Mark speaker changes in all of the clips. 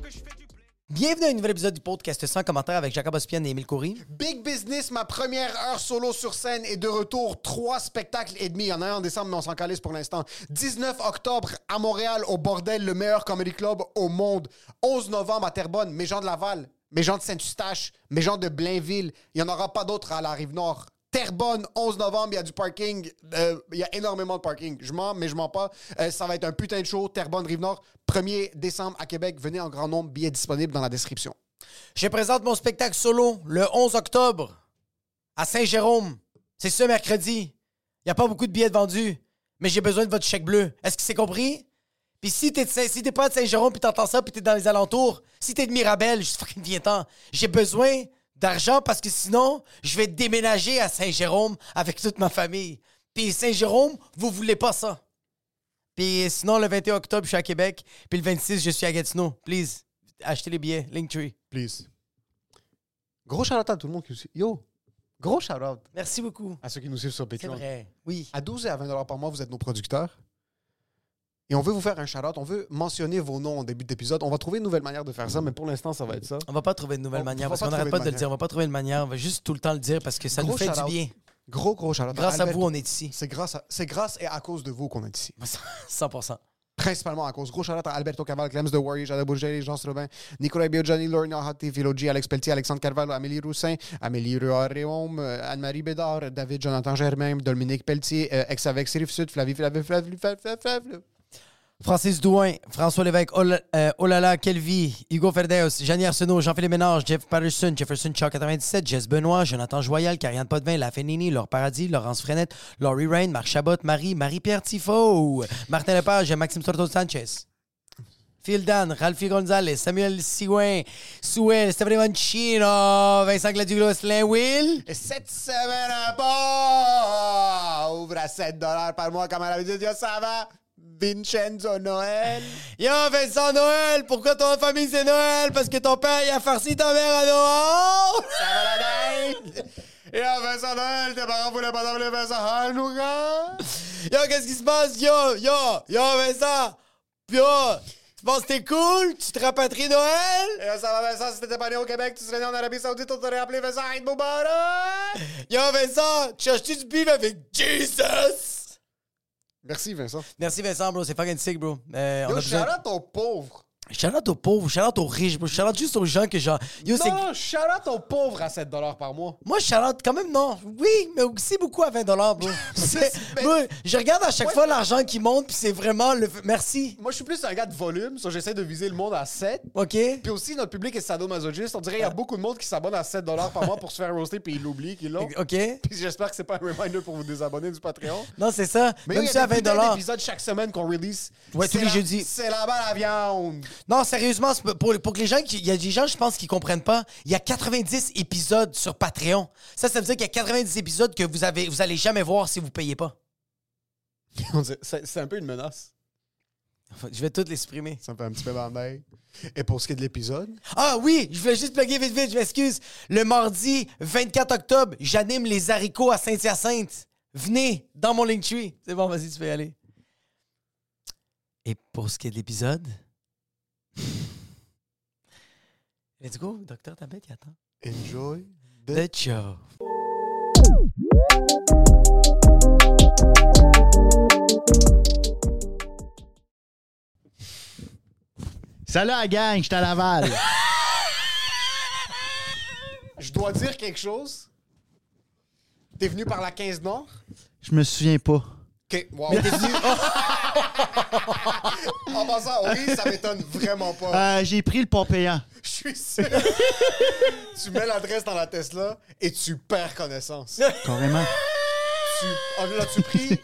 Speaker 1: que je fais du blé.
Speaker 2: Bienvenue à un nouvel épisode du podcast sans commentaires avec Jacob Ospian et Émile Coury.
Speaker 3: Big Business, ma première heure solo sur scène et de retour, trois spectacles et demi. Il y en a un en décembre, mais on s'en calisse pour l'instant. 19 octobre à Montréal, au Bordel, le meilleur comedy club au monde. 11 novembre à Terrebonne, mes gens de Laval, mes gens de Saint-Eustache, mes gens de Blainville. Il n'y en aura pas d'autres à la Rive-Nord. Terrebonne, 11 novembre, il y a du parking. Euh, il y a énormément de parking. Je mens, mais je mens pas. Euh, ça va être un putain de show. Terrebonne, Rive-Nord, 1er décembre à Québec. Venez en grand nombre. Billets disponibles dans la description.
Speaker 2: Je présente mon spectacle solo le 11 octobre à Saint-Jérôme. C'est ce mercredi. Il n'y a pas beaucoup de billets de vendus, mais j'ai besoin de votre chèque bleu. Est-ce que c'est compris? Puis si t'es de Saint- si t'es pas de Saint-Jérôme puis t'entends ça puis t'es dans les alentours, si t'es de Mirabel, je fucking viens ten J'ai besoin d'argent parce que sinon, je vais déménager à Saint-Jérôme avec toute ma famille. Puis Saint-Jérôme, vous voulez pas ça. Puis sinon, le 21 octobre, je suis à Québec. Puis le 26, je suis à Gatineau. Please, achetez les billets. Linktree.
Speaker 3: Please. Gros shout-out à tout le monde qui nous suit. Yo, gros shout-out
Speaker 2: Merci beaucoup.
Speaker 3: à ceux qui nous suivent sur
Speaker 2: C'est
Speaker 3: Patreon.
Speaker 2: vrai. Oui.
Speaker 3: À 12 et à 20 dollars par mois, vous êtes nos producteurs. Et on veut vous faire un shout-out. On veut mentionner vos noms en début d'épisode. On va trouver une nouvelle manière de faire ça, mais pour l'instant, ça va être ça.
Speaker 2: On va pas trouver de nouvelle
Speaker 3: On
Speaker 2: manière
Speaker 3: va
Speaker 2: parce
Speaker 3: pas
Speaker 2: qu'on n'arrête
Speaker 3: trouver
Speaker 2: pas
Speaker 3: de
Speaker 2: de le
Speaker 3: manière.
Speaker 2: dire. On va pas trouver une manière. On va juste tout le temps le dire parce que ça
Speaker 3: Gros
Speaker 2: nous fait du
Speaker 3: shout-out.
Speaker 2: bien.
Speaker 3: Gros, gros shout-out.
Speaker 2: Grâce à
Speaker 3: Albert,
Speaker 2: vous, on est ici.
Speaker 3: C'est grâce, à- c'est grâce et à cause de vous qu'on est ici.
Speaker 2: 100%.
Speaker 3: Principalement à cause. Gros shout-out à Alberto Caval, Clems The Warrior, Jada Bourget, Jean Strobin, Nicolas Biogiani, Lorna Hatti, Philo G, Alex Pelletier, Alexandre Carvalho, Amélie Roussin, Amélie Ruaréum, Anne-Marie Bédard, David Jonathan Germain, Dominique Pelletier, euh, ex avec Sérif Sud, Flavie, Flavie, Flavie, Flavie, Flavie, Flavie.
Speaker 2: Francis Douin, François Lévesque, Ol- euh, Olala Kelvi, Hugo Ferdeus, Janie Arsenault, Jean-Philippe Ménard, Jeff Patterson, Jefferson Chuck 97, Jess Benoît, Jonathan Joyal, Carianne Potvin, La Fénini, Laure Paradis, Laurence Frenette, Laurie Rain, Marc Chabot, Marie, Marie-Pierre Tifo, Martin Lepage, Maxime Torto Sanchez. Phil Dan, Ralphie Gonzalez, Samuel Sigouin, Souel, Stéphane Mancino, Vincent Gladuglos, Lin Will.
Speaker 3: Et cette semaine, un bon ouvre à 7 dollars par mois, comme à l'habitude, yo, ça va? Vincenzo Noël.
Speaker 2: Yo, Vincent Noël, pourquoi ton famille c'est Noël? Parce que ton père, il a farci ta mère à Noël!
Speaker 3: Ça va la date? Yo, Vincent Noël, tes parents voulaient pas hein, t'appeler Vincent Hanouka?
Speaker 2: Yo, qu'est-ce qui se passe? Yo, yo, yo, Vincent! Yo, tu penses que t'es cool? Tu te rapatries Noël?
Speaker 3: Yo, ça va Vincent, si t'étais pas né au Québec, tu serais né en Arabie Saoudite, on t'aurait appelé Vincent Haït Moubarak!
Speaker 2: Yo, Vincent, tu cherches-tu du beef avec Jesus?
Speaker 3: Merci Vincent.
Speaker 2: Merci, Vincent, bro. C'est fucking sick, bro. Euh, on a
Speaker 3: Yo,
Speaker 2: besoin-
Speaker 3: shout-out aux pauvres.
Speaker 2: Shout-out aux pauvres, shout-out aux riches, bro. Shout-out juste aux gens que genre... Yo, c'est...
Speaker 3: Non, shout-out aux pauvres à 7 dollars par mois.
Speaker 2: Moi, shout-out, quand même, non. Oui, mais aussi beaucoup à 20 bro. C'est-
Speaker 3: Mais-
Speaker 2: bro, je regarde à chaque
Speaker 3: Ouais.
Speaker 2: fois l'argent qui monte, puis c'est vraiment le... Merci,
Speaker 3: Moi, je suis plus un gars de volume, so j'essaie de viser le monde à 7.
Speaker 2: OK?
Speaker 3: Puis aussi, notre public est sadomasochiste. On dirait qu'il y a beaucoup de monde qui s'abonne à 7 par mois pour se faire roaster puis ils l'oublient qu'ils l'ont.
Speaker 2: OK?
Speaker 3: Puis j'espère que c'est pas un reminder pour vous désabonner du Patreon.
Speaker 2: Non, c'est ça.
Speaker 3: Mais
Speaker 2: Même
Speaker 3: oui, il
Speaker 2: si
Speaker 3: y
Speaker 2: à
Speaker 3: a des
Speaker 2: 20
Speaker 3: putains d'épisodes chaque semaine qu'on release.
Speaker 2: Ouais, tous
Speaker 3: C'est
Speaker 2: les
Speaker 3: la-
Speaker 2: jeudis.
Speaker 3: C'est la balle à viande.
Speaker 2: Non, sérieusement, c'est pour, pour que les gens, qui- il y a des gens, je pense, qui comprennent pas, il y a 90 épisodes sur Patreon. Ça, ça veut dire qu'il y a 90 épisodes que vous avez, vous allez jamais voir si vous payez pas.
Speaker 3: On dirait- C'est c'est un peu une menace.
Speaker 2: Je vais tout l'exprimer.
Speaker 3: Ça me fait un petit peu bander. Et pour ce qui est de l'épisode,
Speaker 2: Ah oui, je voulais juste plugger vite vite, je m'excuse. Le mardi 24 octobre, j'anime les haricots à Saint-Hyacinthe. Venez dans mon Linktree. C'est bon, vas-y, tu peux y aller. Et pour ce qui est de l'épisode. Let's go, docteur Tabet, il attend.
Speaker 3: Enjoy.
Speaker 2: The show.
Speaker 4: Salut à la gang, je à Laval.
Speaker 3: Je dois dire quelque chose. T'es venu par la 15 Nord?
Speaker 4: Je me souviens pas.
Speaker 3: OK. Wow. T'es venu... en passant, oui, ça m'étonne vraiment
Speaker 2: Ah.
Speaker 3: pas.
Speaker 4: Euh, J'ai pris le pont payant.
Speaker 3: Je suis sûr. tu mets l'adresse dans la Tesla et tu perds connaissance.
Speaker 4: Carrément.
Speaker 3: tu... Ah, L'as-tu pris,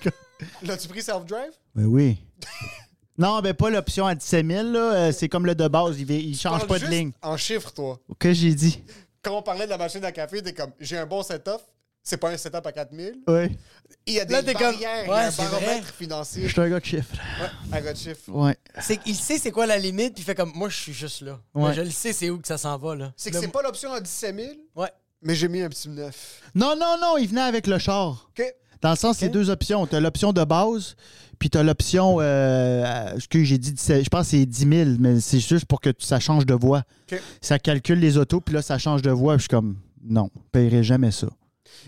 Speaker 3: l'as-tu pris self-drive?
Speaker 4: Ben oui. Non, ben pas l'option à 17 000, là. Euh, C'est comme le de base. Il, va- il
Speaker 2: Ah,
Speaker 4: change
Speaker 3: Parle
Speaker 4: pas de
Speaker 3: juste
Speaker 4: ligne.
Speaker 3: En chiffres, toi.
Speaker 4: Que j'ai dit.
Speaker 3: Quand on parlait de la machine à café, t'es comme, j'ai un bon setup. C'est pas un setup à 4000.
Speaker 4: Oui.
Speaker 3: Il y a des
Speaker 2: Là, t'es comme,
Speaker 3: barrières, il y a
Speaker 2: ouais,
Speaker 3: un
Speaker 2: c'est vrai.
Speaker 3: baromètre
Speaker 4: Je
Speaker 3: financier.
Speaker 4: suis un gars de chiffres.
Speaker 3: Ouais, à votre chiffre.
Speaker 4: Ouais.
Speaker 2: C'est, il sait c'est quoi la limite, puis il fait comme moi, je suis juste là.
Speaker 4: Ouais.
Speaker 2: Mais Je le sais, c'est où que ça s'en va, là.
Speaker 3: C'est que
Speaker 2: Là,
Speaker 3: c'est pas l'option à 17 000,
Speaker 2: Ouais.
Speaker 3: mais j'ai mis un petit 9.
Speaker 4: Non, non, non, il venait avec le char.
Speaker 3: OK.
Speaker 4: Dans le sens, c'est deux options. T'as l'option de base, puis t'as l'option. Euh, ce que j'ai dit, 17 je pense que c'est 10 000, mais c'est juste pour que tu- ça change de voie.
Speaker 3: OK.
Speaker 4: Ça calcule les autos, puis là, ça change de voie. Puis je suis comme, non, je paierai jamais ça.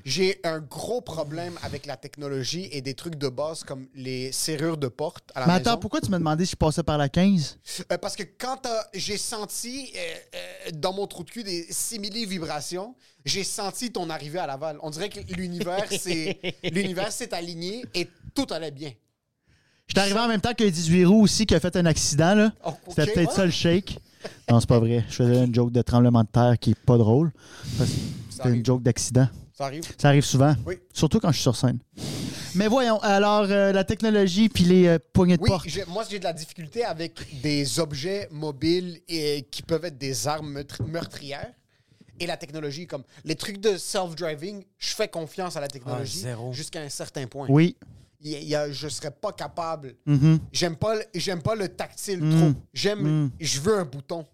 Speaker 3: J'ai un gros problème avec la technologie et des trucs de base comme les serrures de porte à la
Speaker 4: mais
Speaker 3: maison.
Speaker 4: attends, pourquoi tu m'as demandé si je passais par la 15?
Speaker 3: Euh, parce que quand t'as- j'ai senti euh, euh, dans mon trou de cul des simili-vibrations, j'ai senti ton arrivée à Laval. On dirait que l'univers s'est l'univers s'est aligné et tout allait bien.
Speaker 4: J'étais arrivé en même temps que le 18 roues aussi qui a fait un accident. là.
Speaker 3: Oh,
Speaker 4: C'était
Speaker 3: ok.
Speaker 4: peut-être ça le shake. Non, c'est pas vrai. Je faisais une joke de tremblement de terre qui est pas drôle. parce que C'était
Speaker 3: arrive.
Speaker 4: une joke d'accident.
Speaker 3: Ça arrive.
Speaker 4: Ça arrive souvent.
Speaker 3: Oui.
Speaker 4: Surtout quand je suis sur scène. Mais voyons, alors, euh, la technologie puis les euh, poignées de
Speaker 3: Oui,
Speaker 4: porte.
Speaker 3: j'ai- moi j'ai de la difficulté avec des objets mobiles et qui peuvent être des armes meurtri- meurtrières. Et la technologie, comme les trucs de self-driving, je fais confiance à la technologie
Speaker 2: zéro.
Speaker 3: jusqu'à un certain point.
Speaker 4: Ah, Oui.
Speaker 3: Il y a- il y a- je serais pas capable.
Speaker 4: Mhm.
Speaker 3: J'aime pas, le- j'aime pas le tactile
Speaker 4: Mm.
Speaker 3: trop. J'aime, je veux un bouton.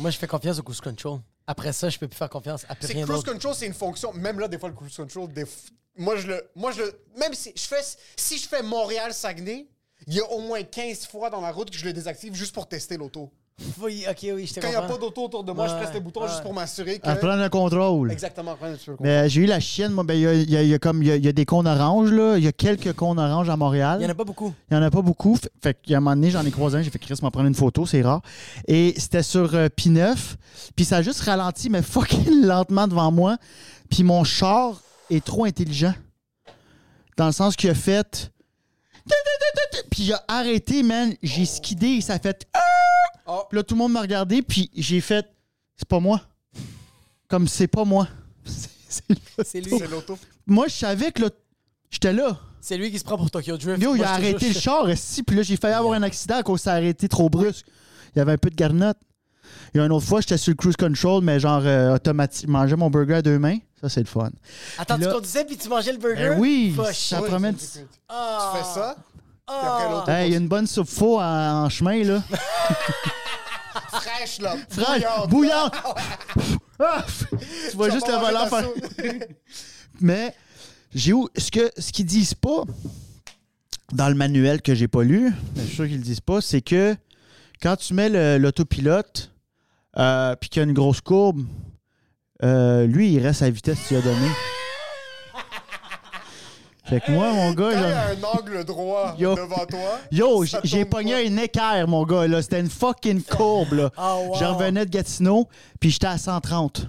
Speaker 2: Moi, je fais confiance au cruise control. Après ça, je peux plus faire confiance à plus
Speaker 3: C'est
Speaker 2: rien
Speaker 3: cruise
Speaker 2: d'autre.
Speaker 3: control, c'est une fonction. Même là, des fois, le cruise control, des f- moi je le, moi je le, même si je fais, si je fais Montréal Saguenay, il y a au moins 15 fois dans la route que je le désactive juste pour tester l'auto.
Speaker 2: Oui, ok, oui, je te
Speaker 3: Quand il n'y a
Speaker 2: comprends.
Speaker 3: pas d'auto autour de moi, je
Speaker 2: Ouais,
Speaker 3: presse les boutons
Speaker 2: ouais.
Speaker 3: juste pour m'assurer que.
Speaker 4: À prendre le contrôle.
Speaker 3: Exactement, prendre un petit peu le
Speaker 4: Mais j'ai eu la chienne. Moi, ben, il y a, il y a- il y a comme, il y a, il y a des cônes oranges, là. Il y a quelques cônes oranges à Montréal.
Speaker 2: Il y en a pas beaucoup.
Speaker 4: Il n'y en a pas beaucoup. Fait- Fait qu'il y a un moment donné, j'en ai croisé un, j'ai fait Chris m'en prendre une photo, c'est rare. Et c'était sur euh, P9. Puis ça a juste ralenti, mais fucking lentement devant moi. Puis mon char est trop intelligent. Dans le sens qu'il a fait. Puis il a arrêté, man. J'ai skidé et ça a fait. Ah!
Speaker 3: Oh.
Speaker 4: Puis là, tout le monde m'a regardé, puis j'ai fait. C'est pas moi. Comme c'est pas moi. C'est- c'est-
Speaker 2: C'est lui.
Speaker 3: contrôle. C'est l'auto.
Speaker 4: Moi, je savais que là, j'étais là.
Speaker 2: C'est lui qui se prend pour Tokyo Drift.
Speaker 4: Yo, il
Speaker 2: Moi,
Speaker 4: a
Speaker 2: je te jure,
Speaker 4: arrêté
Speaker 2: je-
Speaker 4: le char, esti, puis là, j'ai failli avoir un accident à cause que ça a arrêté trop brusque. Il y avait un peu de garnotte. Il y a une autre fois, j'étais sur le cruise control, mais genre euh, automatique. mangeais mon burger à deux mains. Ça, c'est le fun.
Speaker 2: Attends,
Speaker 4: Là-
Speaker 2: tu conduisais puis tu mangeais le burger?
Speaker 4: Ben oui,
Speaker 2: Fuck.
Speaker 4: ça promet.
Speaker 3: Tu fais ça,
Speaker 4: Ah!
Speaker 3: puis après l'auto.
Speaker 4: Hey, il y a une bonne soupe faux en, en chemin, là. Ah!
Speaker 3: Fraîche, là.
Speaker 4: Frère,
Speaker 3: bouillante.
Speaker 4: bouillant! tu vois
Speaker 3: vas
Speaker 4: juste le
Speaker 3: manger ta
Speaker 4: volant faire.
Speaker 3: soupe.
Speaker 4: Mais j'ai où ce que ce qu'ils disent pas dans le manuel que j'ai pas lu, mais je suis sûr qu'ils le disent pas, c'est que quand tu mets le- l'autopilote euh, puis qu'il y a une grosse courbe, euh, lui il reste à la vitesse que tu lui as donnée. Fait que moi mon
Speaker 3: Quand
Speaker 4: gars,
Speaker 3: il y
Speaker 4: genre-
Speaker 3: a un angle droit
Speaker 4: Yo.
Speaker 3: devant toi.
Speaker 4: Yo, j-
Speaker 3: ça
Speaker 4: j'ai
Speaker 3: tombe
Speaker 4: pogné
Speaker 3: pas.
Speaker 4: un équerre, mon gars. là. C'était une fucking courbe. Là.
Speaker 2: Ah, wow.
Speaker 4: J'en revenais de Gatineau, puis j'étais à 130.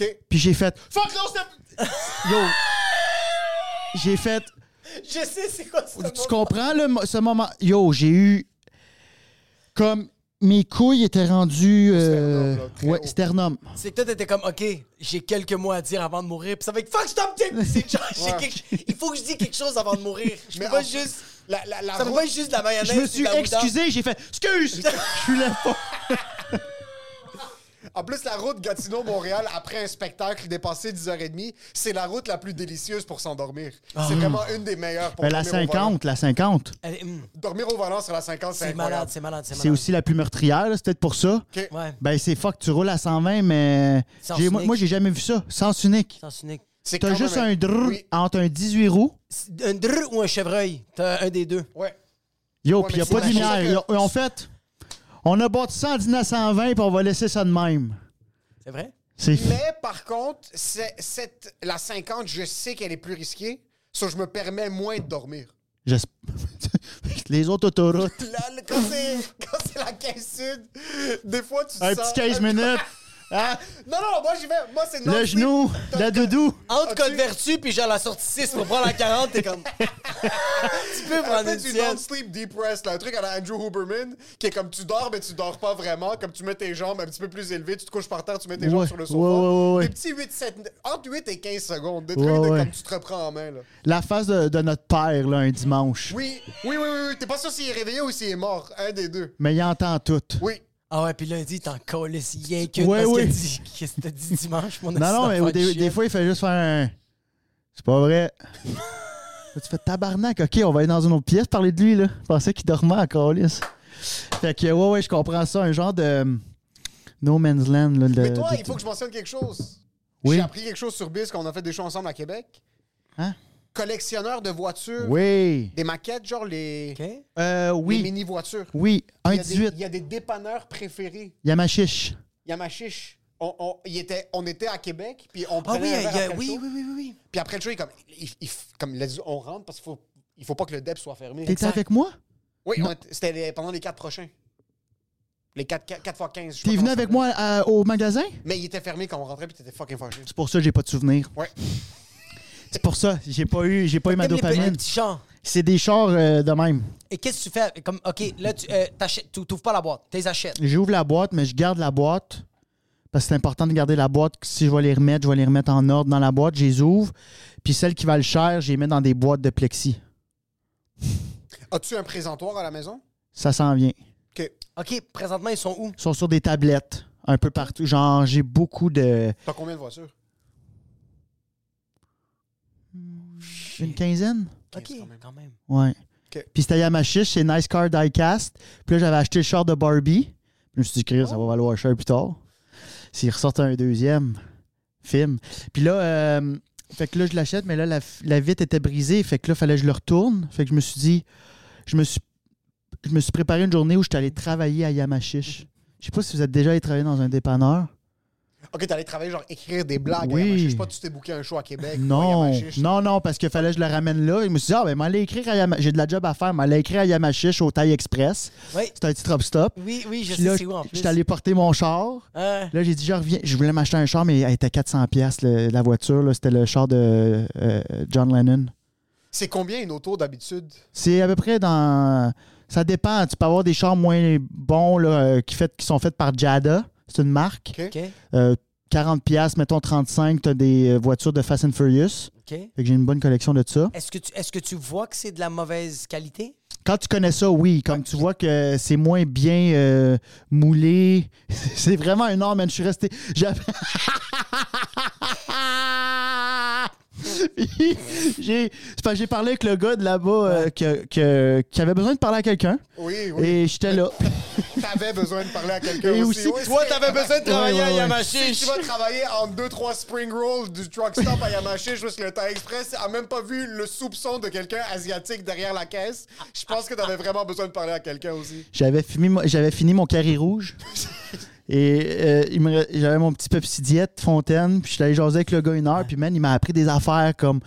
Speaker 3: OK.
Speaker 4: Puis j'ai fait...
Speaker 3: Fuck, non, c'est.
Speaker 4: Yo! J'ai fait...
Speaker 2: Je sais, c'est quoi ça?
Speaker 4: Tu comprends le, mo- ce moment? Yo, j'ai eu. Comme mes couilles étaient rendues.
Speaker 3: Sternum,
Speaker 4: euh,
Speaker 3: là, très
Speaker 4: ouais,
Speaker 3: haut.
Speaker 4: sternum.
Speaker 2: C'est que toi, t'étais comme, OK, j'ai quelques mots à dire avant de mourir. Puis ça va être fuck, stop, t'es- c'est genre, j'ai
Speaker 3: Ouais.
Speaker 2: quelque- Il faut que je dise quelque chose avant de mourir. Je peux
Speaker 3: Mais
Speaker 2: pas
Speaker 3: en-
Speaker 2: juste.
Speaker 3: La, la, la
Speaker 2: Ça peut
Speaker 3: route-
Speaker 2: pas être juste de la mayonnaise.
Speaker 4: Je me
Speaker 2: puis de
Speaker 4: suis
Speaker 2: la moutarde.
Speaker 4: excusé, j'ai fait. Excuse! Je suis là pas.
Speaker 3: En plus, la route Gatineau-Montréal, après un spectacle dépassé 10h30, c'est la route la plus délicieuse pour s'endormir. C'est vraiment une des meilleures pour
Speaker 4: Ah. Ben, la
Speaker 3: dormir au volant.
Speaker 4: 50, la 50.
Speaker 2: Allez, hum,
Speaker 3: Dormir au volant sur la 50, c'est
Speaker 2: C'est malade,
Speaker 3: incroyable.
Speaker 2: c'est malade, c'est malade.
Speaker 4: C'est aussi la plus meurtrière, là, c'est peut-être pour ça.
Speaker 3: OK.
Speaker 2: Ouais,
Speaker 4: Ben, c'est fuck, tu roules à 120, mais.
Speaker 2: Sens
Speaker 4: j'ai- moi,
Speaker 2: unique.
Speaker 4: moi, j'ai jamais vu ça. Sens unique.
Speaker 2: sens unique.
Speaker 3: C'est
Speaker 4: T'as
Speaker 3: quand
Speaker 4: juste
Speaker 3: même
Speaker 4: un drrr
Speaker 3: Oui.
Speaker 4: entre un 18 roues.
Speaker 2: C'est Un drrr ou un chevreuil? T'as un des deux.
Speaker 3: Ouais.
Speaker 4: Yo,
Speaker 3: Ouais,
Speaker 4: puis il
Speaker 3: mais
Speaker 4: a pas de
Speaker 3: c'est-
Speaker 4: lumière.
Speaker 3: c'est ça que-
Speaker 4: Yo, En fait, on a bâti ça en 1920 puis on va laisser ça de même.
Speaker 2: C'est vrai?
Speaker 4: C'est fi-
Speaker 3: Mais par contre, c'est- cette, la 50, je sais qu'elle est plus risquée, so je me permets moins de dormir.
Speaker 4: j'esp- Les autres autoroutes.
Speaker 3: Là, le- quand c'est quand c'est la 15 sud, des fois tu te
Speaker 4: Un
Speaker 3: sens-
Speaker 4: petit 15 minutes. Hein?
Speaker 3: Non, non, moi j'y vais. Moi, c'est
Speaker 4: Le
Speaker 3: non-sleep.
Speaker 4: genou,
Speaker 3: T'as-
Speaker 4: la doudou.
Speaker 2: Entre
Speaker 3: As-tu-
Speaker 2: code vertu puis genre la sortie 6 pour prendre la 40, t'es comme. tu peux
Speaker 3: Un
Speaker 2: prendre
Speaker 3: peu
Speaker 2: une
Speaker 3: du
Speaker 2: sieste.
Speaker 3: non-sleep deep rest, là, un truc à la Andrew Huberman, qui est comme tu dors, mais tu dors pas vraiment, comme tu mets tes jambes un petit peu plus élevées, tu te couches par terre, tu mets tes jambes
Speaker 4: Ouais,
Speaker 3: sur le sofa.
Speaker 4: ouais, ouais, ouais, ouais.
Speaker 3: Des petits 8, 7, entre 8 et 15 secondes, des
Speaker 4: Ouais,
Speaker 3: trucs de
Speaker 4: ouais.
Speaker 3: comme tu te reprends en main. Là.
Speaker 4: La face de, de notre père, là, un dimanche.
Speaker 3: Oui, oui, oui, oui, oui. t'es pas sûr s'il est réveillé ou s'il est mort, un des deux.
Speaker 4: Mais il entend tout.
Speaker 3: Oui.
Speaker 2: Ah ouais, puis là, il dit, t'en colles si rien que
Speaker 4: Ouais,
Speaker 2: parce
Speaker 4: ouais.
Speaker 2: que dit, qu'est-ce que t'as dit dimanche, mon
Speaker 4: Non, non,
Speaker 2: assistant,
Speaker 4: mais
Speaker 2: fuck
Speaker 4: des,
Speaker 2: shit.
Speaker 4: des fois, il fait juste faire un. C'est pas vrai. Là, tu fais tabarnak, ok, on va aller dans une autre pièce parler de lui, là. Je pensais qu'il dormait à Calis. Fait que, ouais, ouais, je comprends ça. Un genre de. euh, No Man's Land, là. de-
Speaker 3: Mais toi,
Speaker 4: Euh, de-
Speaker 3: il faut que je mentionne quelque chose.
Speaker 4: Oui.
Speaker 3: J'ai appris quelque chose sur Biz, qu'on a fait des shows ensemble à Québec.
Speaker 4: Hein?
Speaker 3: Collectionneur de voitures,
Speaker 4: Oui.
Speaker 3: des maquettes, genre les,
Speaker 2: Ok? Ah
Speaker 4: Euh,
Speaker 3: les
Speaker 4: oui.
Speaker 3: mini-voitures.
Speaker 4: Oui.
Speaker 3: Il y, a des, il
Speaker 4: 1-18.
Speaker 3: y a des dépanneurs préférés.
Speaker 4: Yamachiche.
Speaker 3: Yamachiche. On, on, il était, on était à Québec, puis on
Speaker 2: Ah oui,
Speaker 3: prenait un
Speaker 2: il y a-
Speaker 3: verre après le
Speaker 2: oui,
Speaker 3: show.
Speaker 2: oui, oui, oui, oui.
Speaker 3: Puis après le show, il est comme, il- il- comme il a dit, on rentre parce qu'il faut, il faut pas que le DEP soit fermé.
Speaker 4: T'étais avec moi?
Speaker 3: Oui, on était- c'était les- pendant les quatre prochains. Les 4, 4, fois 15. je sais pas
Speaker 4: T'es venu
Speaker 3: comment
Speaker 4: avec
Speaker 3: ça
Speaker 4: moi à- au magasin?
Speaker 3: s'appelle. Mais il était fermé quand on rentrait, puis t'étais fucking fâché.
Speaker 4: C'est pour ça que j'ai pas de souvenirs.
Speaker 3: Ouais.
Speaker 4: C'est pour ça, j'ai pas eu, j'ai pas eu ma
Speaker 2: Comme les petits- les
Speaker 4: dopamine.
Speaker 2: petits chants.
Speaker 4: C'est des chars euh, de même.
Speaker 2: Et qu'est-ce que tu fais? Comme, OK, là, tu euh, t'achètes- tu t'ouvres pas la boîte, tu les achètes.
Speaker 4: J'ouvre la boîte, mais je garde la boîte. Parce que c'est important de garder la boîte. Si je vais les remettre, je vais les remettre en ordre dans la boîte. Je les ouvre. Puis celles qui valent cher, je les mets dans des boîtes de plexi.
Speaker 3: As-tu un présentoir à la maison?
Speaker 4: Ça s'en vient.
Speaker 3: OK.
Speaker 2: OK, présentement, ils sont où?
Speaker 4: Ils sont sur des tablettes, un peu partout. Genre, j'ai beaucoup de.
Speaker 3: T'as combien de voitures?
Speaker 4: Une quinzaine?
Speaker 2: OK,
Speaker 3: quand même.
Speaker 2: quand même.
Speaker 4: Ouais.
Speaker 3: OK.
Speaker 4: Puis c'était Yamachiche, c'est Nice Car Diecast. Puis là, j'avais acheté le char de Barbie. Je me suis dit, Chris, ça
Speaker 3: Oh.
Speaker 4: va valoir cher plus tard. S'il ressort un deuxième film. Puis là, euh, fait que là, je l'achète, mais là, la, la vitre était brisée. Fait que là, fallait que je le retourne. Fait que je me suis dit, je me suis, je me suis préparé une journée où je suis allé travailler à Yamachiche. Je sais pas si vous êtes déjà allé travailler dans un dépanneur.
Speaker 3: OK, t'allais travailler, genre écrire des blagues.
Speaker 4: Oui.
Speaker 3: à Yamachiche. Je sais pas, tu t'es booké un show à Québec.
Speaker 4: Non,
Speaker 3: ou à Yamachiche.
Speaker 4: non, non, parce que fallait que je le ramène là. Je me suis dit, ah, ben, m'allais écrire à Yamachiche. J'ai de la job à faire. M'allais écrire à Yamachiche au Taille Express.
Speaker 2: Oui,
Speaker 4: C'est un petit drop stop.
Speaker 2: oui, oui, je
Speaker 4: Puis là,
Speaker 2: sais c'est où en plus.
Speaker 4: j'étais allé porter mon char.
Speaker 2: Hein?
Speaker 4: Là, j'ai dit, je reviens. Je voulais m'acheter un char, mais elle était à 400$ piastres, le- la voiture. là. C'était le char de euh, John Lennon.
Speaker 3: C'est combien une auto d'habitude?
Speaker 4: C'est à peu près dans. Ça dépend. Tu peux avoir des chars moins bons là, euh, qui, fait- qui sont faits par Jada. C'est une marque.
Speaker 3: OK.
Speaker 2: OK,
Speaker 4: Euh, 40$, piastres, mettons 35$. Tu as des euh, voitures de Fast and Furious.
Speaker 2: OK.
Speaker 4: Fait que j'ai une bonne collection de ça.
Speaker 2: Est-ce que, tu- est-ce que tu vois que c'est de la mauvaise qualité?
Speaker 4: Quand tu connais ça, oui. Comme tu vois que c'est moins bien euh, moulé. C'est vraiment un or, man. Je suis resté. J'avais. Puis, j'ai c'est parce que j'ai parlé avec le gars de là-bas euh, que- que- qui avait besoin de parler à quelqu'un.
Speaker 3: Oui, oui.
Speaker 4: Et j'étais là.
Speaker 3: T'avais besoin de parler à quelqu'un
Speaker 4: Et
Speaker 3: aussi.
Speaker 4: aussi,
Speaker 3: Oui,
Speaker 2: Toi,
Speaker 3: c'est-
Speaker 2: t'avais besoin de travailler
Speaker 4: Ouais, ouais,
Speaker 2: à
Speaker 4: ouais.
Speaker 3: Si tu
Speaker 2: Yamachiche.
Speaker 3: vas travailler en 2-3 spring rolls du truck stop à Yamachiche jusqu'à le temps express, a même pas vu le soupçon de quelqu'un asiatique derrière la caisse, je pense que t'avais vraiment besoin de parler à quelqu'un aussi.
Speaker 4: J'avais fini, mon- j'avais fini mon carré rouge. Et euh, il me re- j'avais mon petit Pepsi Diète Fontaine, puis je suis allé jaser avec le gars une heure, puis man, il m'a appris des affaires comme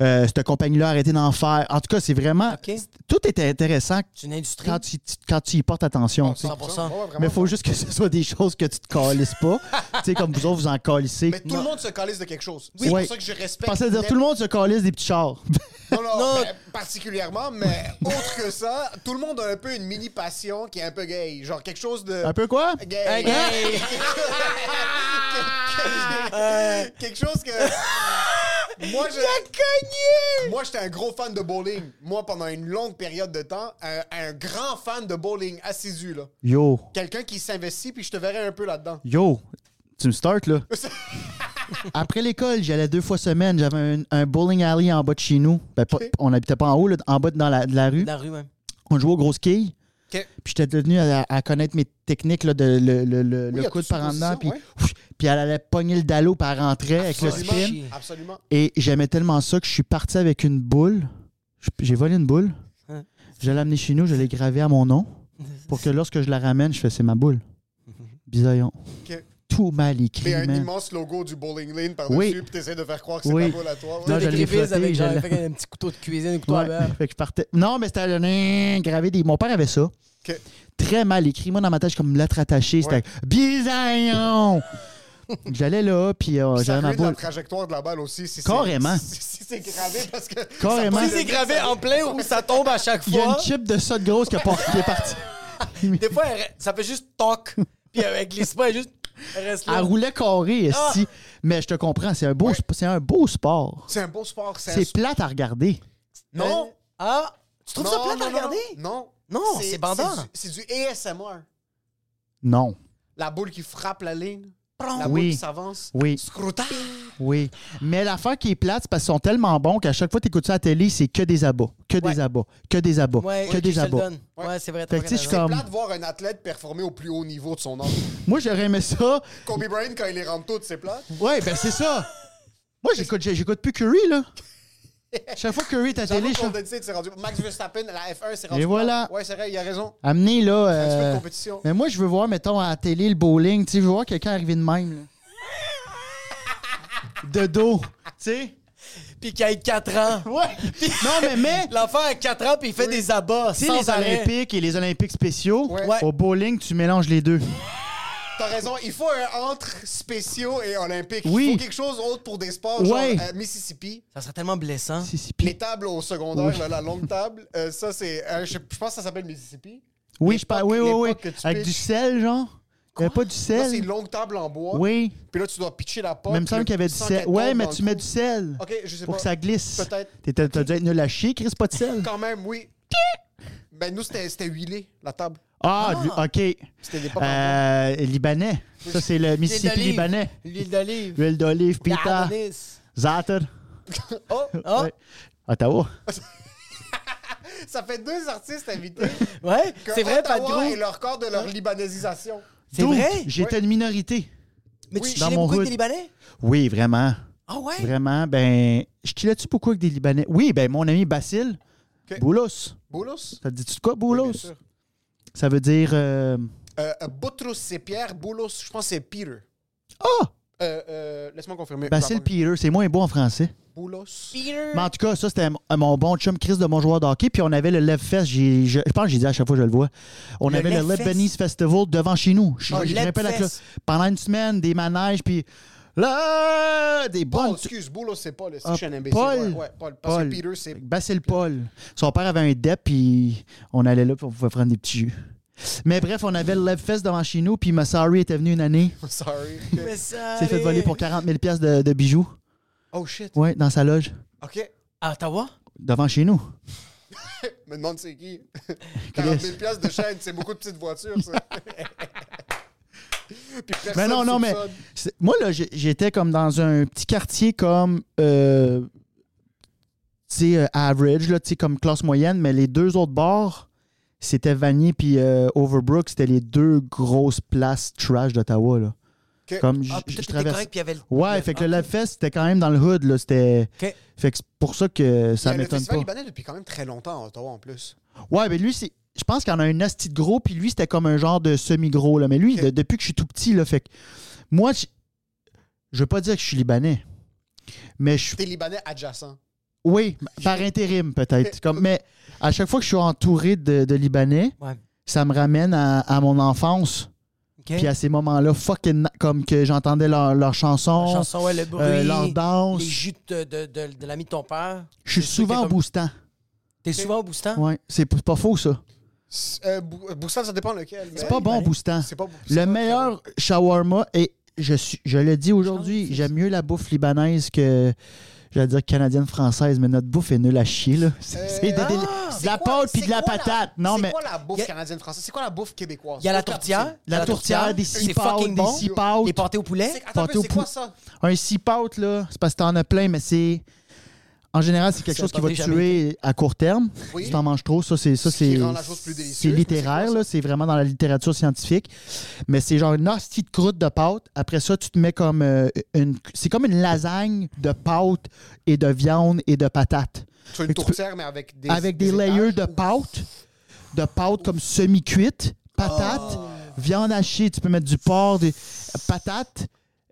Speaker 4: euh, cette compagnie-là a arrêté d'en faire. En tout cas, c'est vraiment.
Speaker 2: OK.
Speaker 4: c'est- Tout était intéressant
Speaker 2: C'est une industrie. Ah,
Speaker 4: quand tu, tu- quand tu y portes attention. tu sais.
Speaker 2: 100%.
Speaker 3: Ouais, ouais, vraiment.
Speaker 4: Mais il faut juste que ce soit des choses que tu te calisses pas. tu sais, comme vous autres, vous en calissez.
Speaker 3: Mais tout le monde se calisse de quelque chose. C'est
Speaker 4: Ouais.
Speaker 3: pour ça que je
Speaker 4: Je
Speaker 3: respecte.
Speaker 4: pensais dire tout le monde se calisse des petits chars.
Speaker 3: Non, non,
Speaker 2: Non.
Speaker 3: ben, particulièrement, mais autre que ça, tout le monde a un peu une mini passion qui est un peu gay. Genre quelque chose de.
Speaker 4: Un peu quoi?
Speaker 3: gay.
Speaker 2: Hey, hey.
Speaker 3: quelque
Speaker 4: Euh.
Speaker 3: chose que. Moi, je. Moi, j'étais un gros fan de bowling. Moi, pendant une longue période de temps, un, un grand fan de bowling assidu, là.
Speaker 4: Yo,
Speaker 3: Quelqu'un qui s'investit, puis je te verrais un peu là-dedans.
Speaker 4: yo, tu me startes là. Après l'école, j'allais deux fois semaine. J'avais un, un bowling alley en bas de chez nous. Ben, pas- on n'habitait pas en haut, là, en bas de- dans la, de la rue.
Speaker 2: Dans la rue, même.
Speaker 4: On jouait aux grosses quilles.
Speaker 3: OK.
Speaker 4: Puis j'étais devenu à, à connaître mes techniques là, de le, le, le, le
Speaker 3: il y a
Speaker 4: coude
Speaker 3: toutes
Speaker 4: par en
Speaker 3: ces
Speaker 4: dedans. Puis,
Speaker 3: positions,
Speaker 4: ouf, puis elle allait pogner le dallo, puis elle rentrait avec le
Speaker 3: Absolument.
Speaker 4: spin.
Speaker 2: Chier.
Speaker 3: Absolument. Hein?
Speaker 4: Et j'aimais tellement ça que je suis parti avec une boule. Je- J'ai volé une boule. Je l'ai amené chez nous, je l'ai gravé à mon nom pour que lorsque je la ramène, je fais c'est ma boule. Bisaillon.
Speaker 3: Ok.
Speaker 4: Tout mal écrit.
Speaker 3: Mais un
Speaker 4: man.
Speaker 3: immense logo du bowling lane
Speaker 4: Oui.
Speaker 3: par-dessus, puis t'essaies de faire croire que c'est
Speaker 4: Oui.
Speaker 3: ta boule à toi. ouais.
Speaker 4: Non,
Speaker 2: Des
Speaker 4: je l'ai
Speaker 2: crevices
Speaker 4: frotté,
Speaker 2: avec
Speaker 4: je
Speaker 2: genre,
Speaker 4: l'ai-
Speaker 2: fait un petit couteau de cuisine, un couteau à
Speaker 4: Ouais.
Speaker 2: beurre.
Speaker 4: Fait que je partais. Non, mais c'était le gravé des. Mon père avait ça.
Speaker 3: Ok.
Speaker 4: Très mal écrit. Moi, dans ma tête, je suis comme lettre attachée. C'était
Speaker 3: Ouais.
Speaker 4: bisaillon. J'allais là, puis euh,
Speaker 3: Ça
Speaker 4: j'avais ma
Speaker 3: ruine la
Speaker 4: boule.
Speaker 3: trajectoire de la balle aussi. Si c'est-
Speaker 4: Carrément.
Speaker 3: Si, si c'est gravé, parce que.
Speaker 4: Carrément.
Speaker 3: ça
Speaker 2: Si
Speaker 3: peut-
Speaker 2: c'est gravé en plein ou ça tombe à chaque
Speaker 4: Il y a
Speaker 2: fois,
Speaker 4: une chip de ça de grosse qui, a pas- qui est partie.
Speaker 2: des fois, elle- ça fait juste toc. Puis avec les spots, elle juste elle reste
Speaker 4: Elle
Speaker 2: là.
Speaker 4: roulait carré, esti. Mais je te comprends, c'est un beau, sp- c'est un beau sport.
Speaker 3: C'est un beau sport. C'est un
Speaker 4: C'est plate à regarder.
Speaker 2: Non? Ah? Tu trouves ça plate à regarder?
Speaker 3: Non.
Speaker 2: Non, c'est bandant.
Speaker 3: du- C'est du ASMR.
Speaker 4: Non.
Speaker 3: La boule qui frappe la ligne. La
Speaker 4: Oui.
Speaker 3: boule qui s'avance.
Speaker 4: Oui,
Speaker 3: Scroutin.
Speaker 4: oui. Mais l'affaire qui est plate, c'est parce qu'ils sont tellement bons qu'à chaque fois que tu écoutes ça à la télé, c'est que des abats, que des abats, que des abats,
Speaker 2: Ouais,
Speaker 4: que
Speaker 2: ok,
Speaker 4: des
Speaker 2: je te le
Speaker 4: abats.
Speaker 2: donne. Ouais, c'est vrai. t'as
Speaker 4: Fait que tu sais, je suis
Speaker 2: raison.
Speaker 3: C'est
Speaker 4: comme.
Speaker 3: plat de voir un athlète performer au plus haut niveau de son âge.
Speaker 4: Moi, j'aurais aimé ça.
Speaker 3: Kobe Bryant, quand il les rentre toutes, c'est plat.
Speaker 4: Ouais, ben c'est ça. Moi, j'écoute, j'écoute plus Curry, là. Chaque fois que Curry est à la télé, je suis là,
Speaker 3: condensé, c'est rendu. Max Verstappen, la F1, c'est rendu.
Speaker 4: Et voilà.
Speaker 3: Ouais, c'est vrai, il a raison.
Speaker 4: amenez, là.
Speaker 3: Un petit peu de
Speaker 4: euh,
Speaker 3: compétition.
Speaker 4: Mais moi, je veux voir, mettons, à la télé, le bowling. Tu sais, je veux voir quelqu'un arriver de même, là. De dos. Tu sais?
Speaker 2: Puis qu'il ait 4 ans.
Speaker 4: Ouais. Non, mais, mais,
Speaker 2: L'enfant a 4 ans, puis il fait des abats.
Speaker 4: tu sais,
Speaker 2: sans
Speaker 4: les
Speaker 2: arrêt.
Speaker 4: Olympiques et les Olympiques spéciaux,
Speaker 3: Ouais.
Speaker 4: au bowling, tu mélanges les deux.
Speaker 3: T'as raison, il faut un entre spéciaux et olympique.
Speaker 4: Oui.
Speaker 3: Il faut quelque chose autre pour des sports,
Speaker 4: Ouais.
Speaker 3: genre euh, Mississippi.
Speaker 2: Ça serait tellement blessant.
Speaker 4: C'est- c'est-
Speaker 3: Les tables au secondaire, là, la longue table, euh, ça c'est. euh, je, je pense que ça s'appelle Mississippi.
Speaker 4: Oui,
Speaker 3: les
Speaker 4: je parle.
Speaker 3: pocs-
Speaker 4: Oui, oui,
Speaker 3: les
Speaker 4: oui.
Speaker 3: pocs que tu
Speaker 4: Avec du
Speaker 3: pitches.
Speaker 4: sel, genre. Il y avait pas du
Speaker 3: Là, c'est
Speaker 4: sel.
Speaker 3: une longue table en bois.
Speaker 4: Oui.
Speaker 3: Puis là, tu dois pitcher la porte.
Speaker 4: Mais il me semble qu'il y avait du sel. Ouais, mais tu mets du sel.
Speaker 3: Ok, je sais
Speaker 4: Pour
Speaker 3: pas.
Speaker 4: que ça glisse.
Speaker 3: Peut-être.
Speaker 4: T'étais- T'as dû être nul à chier, Chris, pas de sel.
Speaker 3: Quand même, oui. Ben, nous, c'était c'était huilé, la table.
Speaker 4: Ah, du- OK.
Speaker 3: C'était des pommes en
Speaker 4: Euh, libanais. Ça, c'est le
Speaker 2: L'huile
Speaker 4: Mississippi
Speaker 2: d'olive.
Speaker 4: libanais.
Speaker 2: L'huile d'olive.
Speaker 4: Huile d'olive, pita,
Speaker 2: L'ananas.
Speaker 4: zater.
Speaker 2: Oh, oh.
Speaker 4: Ouais. Ottawa.
Speaker 3: Ça fait deux artistes invités.
Speaker 2: Ouais,
Speaker 3: que
Speaker 2: c'est vrai, pas de
Speaker 3: Ottawa
Speaker 2: gros.
Speaker 3: et leur corps de
Speaker 4: Hein?
Speaker 3: leur libanaisisation.
Speaker 2: C'est
Speaker 4: Donc,
Speaker 2: vrai?
Speaker 4: J'étais une minorité.
Speaker 2: Mais tu
Speaker 3: Oui.
Speaker 2: chillais
Speaker 4: Dans mon
Speaker 2: beaucoup avec
Speaker 4: hood.
Speaker 2: des Libanais?
Speaker 4: Oui, vraiment.
Speaker 2: Ah ouais?
Speaker 4: Vraiment. Ben, je chillais-tu beaucoup avec des Libanais? Oui, ben, mon ami Basile.
Speaker 3: OK.
Speaker 4: Boulos.
Speaker 3: Boulos?
Speaker 4: Ça te dit-tu de quoi, Boulos?
Speaker 3: bien sûr.
Speaker 4: ça veut dire. euh,
Speaker 3: Euh, euh, Boutros, c'est Pierre. Boulos, je pense que c'est Peter.
Speaker 4: Ah!
Speaker 3: Euh, euh, Laisse-moi confirmer.
Speaker 4: Basile
Speaker 3: Pardon.
Speaker 4: Peter, Ben, c'est moins beau en français.
Speaker 3: Boulos.
Speaker 4: Mais en tout cas, ça, c'était m- mon bon chum Chris de mon joueur de hockey. Puis on avait le Lev Fest. j'ai- je, je pense que j'ai dit à chaque fois que je le vois. On
Speaker 2: Le
Speaker 4: avait
Speaker 2: Lev
Speaker 4: le
Speaker 2: Fest?
Speaker 4: Lebanese Festival devant chez nous. Je,
Speaker 2: Ah,
Speaker 4: je
Speaker 2: Lev
Speaker 4: grimpais la
Speaker 2: Fest.
Speaker 4: cloche. Pendant une semaine, des manèges, puis là, des
Speaker 3: Paul,
Speaker 4: bonnes.
Speaker 3: Oh, excuse, Boulos, c'est Paul. Si
Speaker 4: Ah,
Speaker 3: je suis un imbécile.
Speaker 4: Paul.
Speaker 3: Ouais, ouais, Paul. Parce
Speaker 4: Paul.
Speaker 3: que Peter, c'est.
Speaker 4: Ben, c'est le Paul. Son père avait un dep, puis on allait là, puis on pouvait prendre des petits jus. Mais bref, on avait le Lev Fest devant chez nous, puis Massari était venu une année.
Speaker 3: Sorry.
Speaker 2: Mais ça.
Speaker 4: s'est fait voler pour 40 000 pièces de, de bijoux.
Speaker 3: Oh shit.
Speaker 4: Ouais, dans sa loge,
Speaker 3: OK.
Speaker 2: À Ottawa?
Speaker 4: devant chez nous.
Speaker 3: Me demande c'est qui. 40 000 piastres de chaîne, c'est beaucoup de petites voitures, ça. Puis personne
Speaker 4: Mais Ben non, non, mais
Speaker 3: soupçonne.
Speaker 4: c'est- moi, là, j'ai- j'étais comme dans un petit quartier comme, euh, tu sais, euh, average, là, tu sais, comme classe moyenne, mais les deux autres bars, c'était Vanier puis euh, Overbrook, c'était les deux grosses places trash d'Ottawa, là.
Speaker 3: Ok.
Speaker 4: Comme j-
Speaker 2: Ah,
Speaker 4: je
Speaker 2: peut-être
Speaker 4: traverse-
Speaker 2: correct, puis il y avait le.
Speaker 4: Ouais,
Speaker 2: le-
Speaker 4: fait que
Speaker 2: ah.
Speaker 4: le Love Fest, c'était quand même dans le hood, là, c'était...
Speaker 2: Ok.
Speaker 4: Fait que c'est pour ça que
Speaker 3: Il y
Speaker 4: ça
Speaker 3: a le
Speaker 4: m'étonne
Speaker 3: festival
Speaker 4: pas.
Speaker 3: libanais depuis quand même très longtemps à Ottawa, en plus.
Speaker 4: Ouais, mais lui, c'est... Je pense qu'il y en a un asti de gros, puis lui, c'était comme un genre de semi-gros. Là. Mais lui,
Speaker 3: Ok.
Speaker 4: de- depuis que je suis tout petit, là, fait que moi, je... je veux pas dire que je suis Libanais, mais je suis.
Speaker 3: T'es libanais adjacent.
Speaker 4: Oui, par intérim, peut-être. Comme... Mais à chaque fois que je suis entouré de, de Libanais,
Speaker 2: Ouais.
Speaker 4: ça me ramène à, à mon enfance.
Speaker 2: Ok.
Speaker 4: Puis à ces moments-là, fucking, na- comme que j'entendais leurs leurs chansons,
Speaker 2: La chanson, ouais, le bruit.
Speaker 4: euh, leurs danses.
Speaker 2: Les jutes de, de, de, de l'ami de ton père.
Speaker 4: Je suis
Speaker 2: C'est sûr que
Speaker 4: souvent
Speaker 2: t'es
Speaker 4: en
Speaker 2: comme- Ah.
Speaker 4: boostant.
Speaker 2: T'es souvent au boostant?
Speaker 4: Ouais, c'est p- pas faux, ça.
Speaker 3: S- Euh, Bou- Boustan, ça dépend lequel. mais-
Speaker 4: C'est pas bon,
Speaker 2: Libanais.
Speaker 4: boostant.
Speaker 3: C'est pas c'est
Speaker 4: Le
Speaker 3: pas-
Speaker 4: meilleur shawarma, et je, suis, je le dis aujourd'hui, j'aime mieux la bouffe libanaise que, j'allais dire canadienne-française, mais notre bouffe est nulle à chier, là. C'est
Speaker 3: Euh,
Speaker 4: c'est des
Speaker 3: ah,
Speaker 4: déli-
Speaker 3: c'est
Speaker 4: de la
Speaker 3: quoi-
Speaker 4: pâte puis
Speaker 3: c'est
Speaker 4: de la
Speaker 3: quoi
Speaker 4: patate. Non,
Speaker 3: c'est
Speaker 4: mais
Speaker 3: quoi la bouffe
Speaker 2: Y a-
Speaker 3: canadienne-française? C'est quoi la bouffe québécoise?
Speaker 2: Il y a la
Speaker 3: Quoi
Speaker 2: tourtière.
Speaker 4: la, tourtière, des
Speaker 2: c'est
Speaker 4: six pâtes,
Speaker 2: fucking
Speaker 4: des
Speaker 2: bon.
Speaker 4: six pâtes.
Speaker 2: Les pâtés au poulet?
Speaker 3: C'est- Attends, un peu,
Speaker 4: Pâté Hein? au
Speaker 3: c'est quoi
Speaker 4: pou-
Speaker 3: ça?
Speaker 4: Un six pâtes, là, c'est parce que t'en as plein, mais c'est... En général, c'est quelque
Speaker 2: Ça
Speaker 4: chose qui va te
Speaker 2: attendait jamais.
Speaker 4: tuer à court terme.
Speaker 3: Oui.
Speaker 4: Si t'en manges trop, ça, c'est... ça,
Speaker 3: Ce qui
Speaker 4: c'est-
Speaker 3: rend la chose plus délicieuse,
Speaker 4: C'est
Speaker 3: mais c'est
Speaker 4: littéraire,
Speaker 3: quoi ça?
Speaker 4: là. C'est vraiment dans la littérature scientifique. Mais c'est genre une hostie de croûte de pâte. Après ça, tu te mets comme euh, une... C'est comme une lasagne de pâte et de viande et de patates.
Speaker 3: Sur
Speaker 4: Fait
Speaker 3: une
Speaker 4: que tu
Speaker 3: tourtière, mais avec des.
Speaker 4: avec des,
Speaker 3: étages.
Speaker 4: layers de pâte, de pâte comme semi-cuite, patate, viande hachée, tu peux mettre du porc, des patates,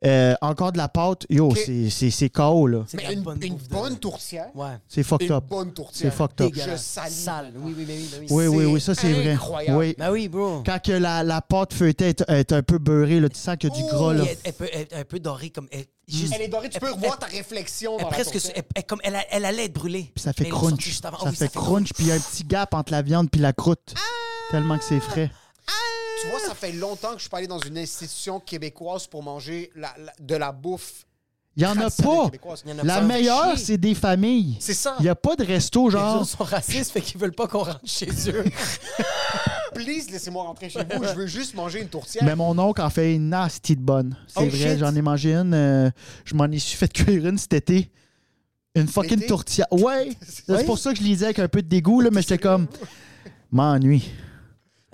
Speaker 4: euh, encore de la pâte. Yo, c'est- c'est c'est KO, là.
Speaker 3: Mais
Speaker 2: la
Speaker 3: une,
Speaker 2: bonne
Speaker 3: une
Speaker 2: bouffe de-
Speaker 3: bonne tourtière.
Speaker 2: Ouais.
Speaker 4: C'est fucked
Speaker 3: Une
Speaker 4: up.
Speaker 3: bonne tourtière.
Speaker 4: C'est fucked up.
Speaker 3: Je
Speaker 2: Dégueulasse.
Speaker 3: salive.
Speaker 2: Sale. Oui, oui, mais oui, mais oui.
Speaker 4: Oui, oui, oui, ça, c'est vrai.
Speaker 3: incroyable.
Speaker 4: Oui.
Speaker 2: Ben oui, bro.
Speaker 4: Quand que la, la pâte feuilletée est, est un peu beurrée, là, tu sens qu'il y a du gras, là. Mm.
Speaker 2: Elle, elle peut être un peu dorée comme. Elle, juste-
Speaker 3: Elle est dorée, tu peux
Speaker 2: elle-
Speaker 3: revoir
Speaker 2: elle-
Speaker 3: ta réflexion
Speaker 2: elle
Speaker 3: dans la
Speaker 2: presque,
Speaker 3: tourtière.
Speaker 2: elle- elle- comme elle, a- elle allait être brûlée.
Speaker 4: Puis ça fait
Speaker 2: Mais ils l'ont sorti
Speaker 4: crunch.
Speaker 2: juste avant.
Speaker 4: Ça,
Speaker 2: Ah oui,
Speaker 4: fait crunch, puis il y a un petit gap entre la viande puis la croûte. Tellement que c'est frais.
Speaker 2: Ah!
Speaker 3: Tu vois, ça fait longtemps que je suis pas allé dans une institution québécoise pour manger la- la- de la bouffe.
Speaker 4: Il y en a
Speaker 3: traditionnelle
Speaker 4: pas.
Speaker 3: québécoise.
Speaker 2: Il y en a
Speaker 4: La
Speaker 2: pas.
Speaker 4: meilleure,
Speaker 3: Chier.
Speaker 4: c'est des familles.
Speaker 3: C'est ça.
Speaker 4: Il n'y a pas de resto,
Speaker 2: Les
Speaker 4: genre.
Speaker 2: autres sont racistes, fait qu'ils veulent pas qu'on rentre chez eux.
Speaker 3: Please, laissez-moi rentrer chez vous. Je veux juste manger une tourtière.
Speaker 4: Mais mon oncle en fait une nasty de bonne.
Speaker 2: Oh,
Speaker 4: C'est vrai,
Speaker 2: shit.
Speaker 4: j'en ai mangé une. euh, je m'en ai su fait cuire une cet été. Une fucking
Speaker 3: L'été?
Speaker 4: tourtière. Ouais! C'est pour ça que je lisais avec un peu de dégoût, là, mais c'était comme. M'ennuie.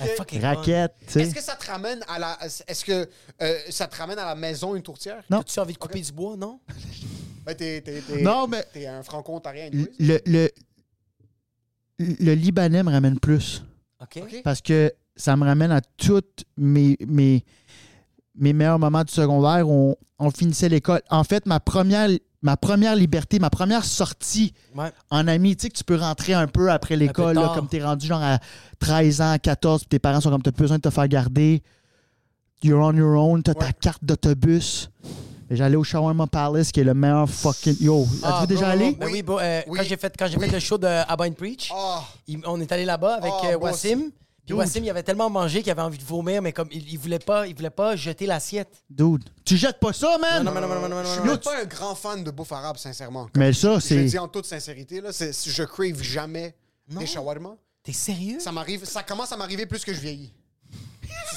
Speaker 2: Ah, fuck, elle est bonne.
Speaker 4: Raquette, tu sais.
Speaker 3: Est-ce que ça te ramène à la Est-ce que euh, ça te ramène à la maison une tourtière
Speaker 4: Non.
Speaker 2: As-tu envie de couper du bois, non?
Speaker 3: Ben, t'es, t'es- t'es-
Speaker 4: Non, mais-
Speaker 3: t'es un franco-ontarien. anyways.
Speaker 4: Le, le, le Libanais me ramène plus.
Speaker 2: OK.
Speaker 3: Ok.
Speaker 4: Parce que ça me ramène à toutes mes, mes, mes meilleurs moments du secondaire où on, on finissait l'école. En fait, ma première, ma première liberté, ma première sortie
Speaker 2: Ouais.
Speaker 4: en ami, tu sais que tu peux rentrer un peu après l'école, là,
Speaker 2: tard.
Speaker 4: comme t'es rendu genre à 13 ans, 14, puis tes parents sont comme t'as besoin de te faire garder. You're on your own, t'as ta carte d'autobus. Et J'allais au Shawarma Palace, qui est le meilleur fucking. Yo,
Speaker 2: Ah,
Speaker 4: as-vous déjà
Speaker 2: bro,
Speaker 4: allé?
Speaker 2: bro, ben oui, bro, euh,
Speaker 3: Oui.
Speaker 2: Quand j'ai fait, quand j'ai
Speaker 3: Oui.
Speaker 2: fait le show de Abine Preach,
Speaker 3: Ah,
Speaker 2: il- on est allé là-bas avec
Speaker 3: Ah,
Speaker 2: euh,
Speaker 3: moi
Speaker 2: Wassim. Puis
Speaker 4: Dude.
Speaker 2: Wassim, il avait tellement mangé qu'il avait envie de vomir, mais comme il, il voulait pas, il voulait pas jeter l'assiette.
Speaker 4: Dude, tu jettes pas ça, man!
Speaker 2: Non, non, non, non, non, non,
Speaker 3: je
Speaker 2: non,
Speaker 3: suis
Speaker 2: non.
Speaker 3: même pas un grand fan de bouffe arabe, sincèrement.
Speaker 4: Mais ça,
Speaker 3: Je le
Speaker 4: c'est.
Speaker 3: dis en toute sincérité, là, c'est- je crave jamais des shawarma.
Speaker 2: T'es sérieux?
Speaker 3: Ça m'arrive, ça commence à m'arriver plus que je vieillis.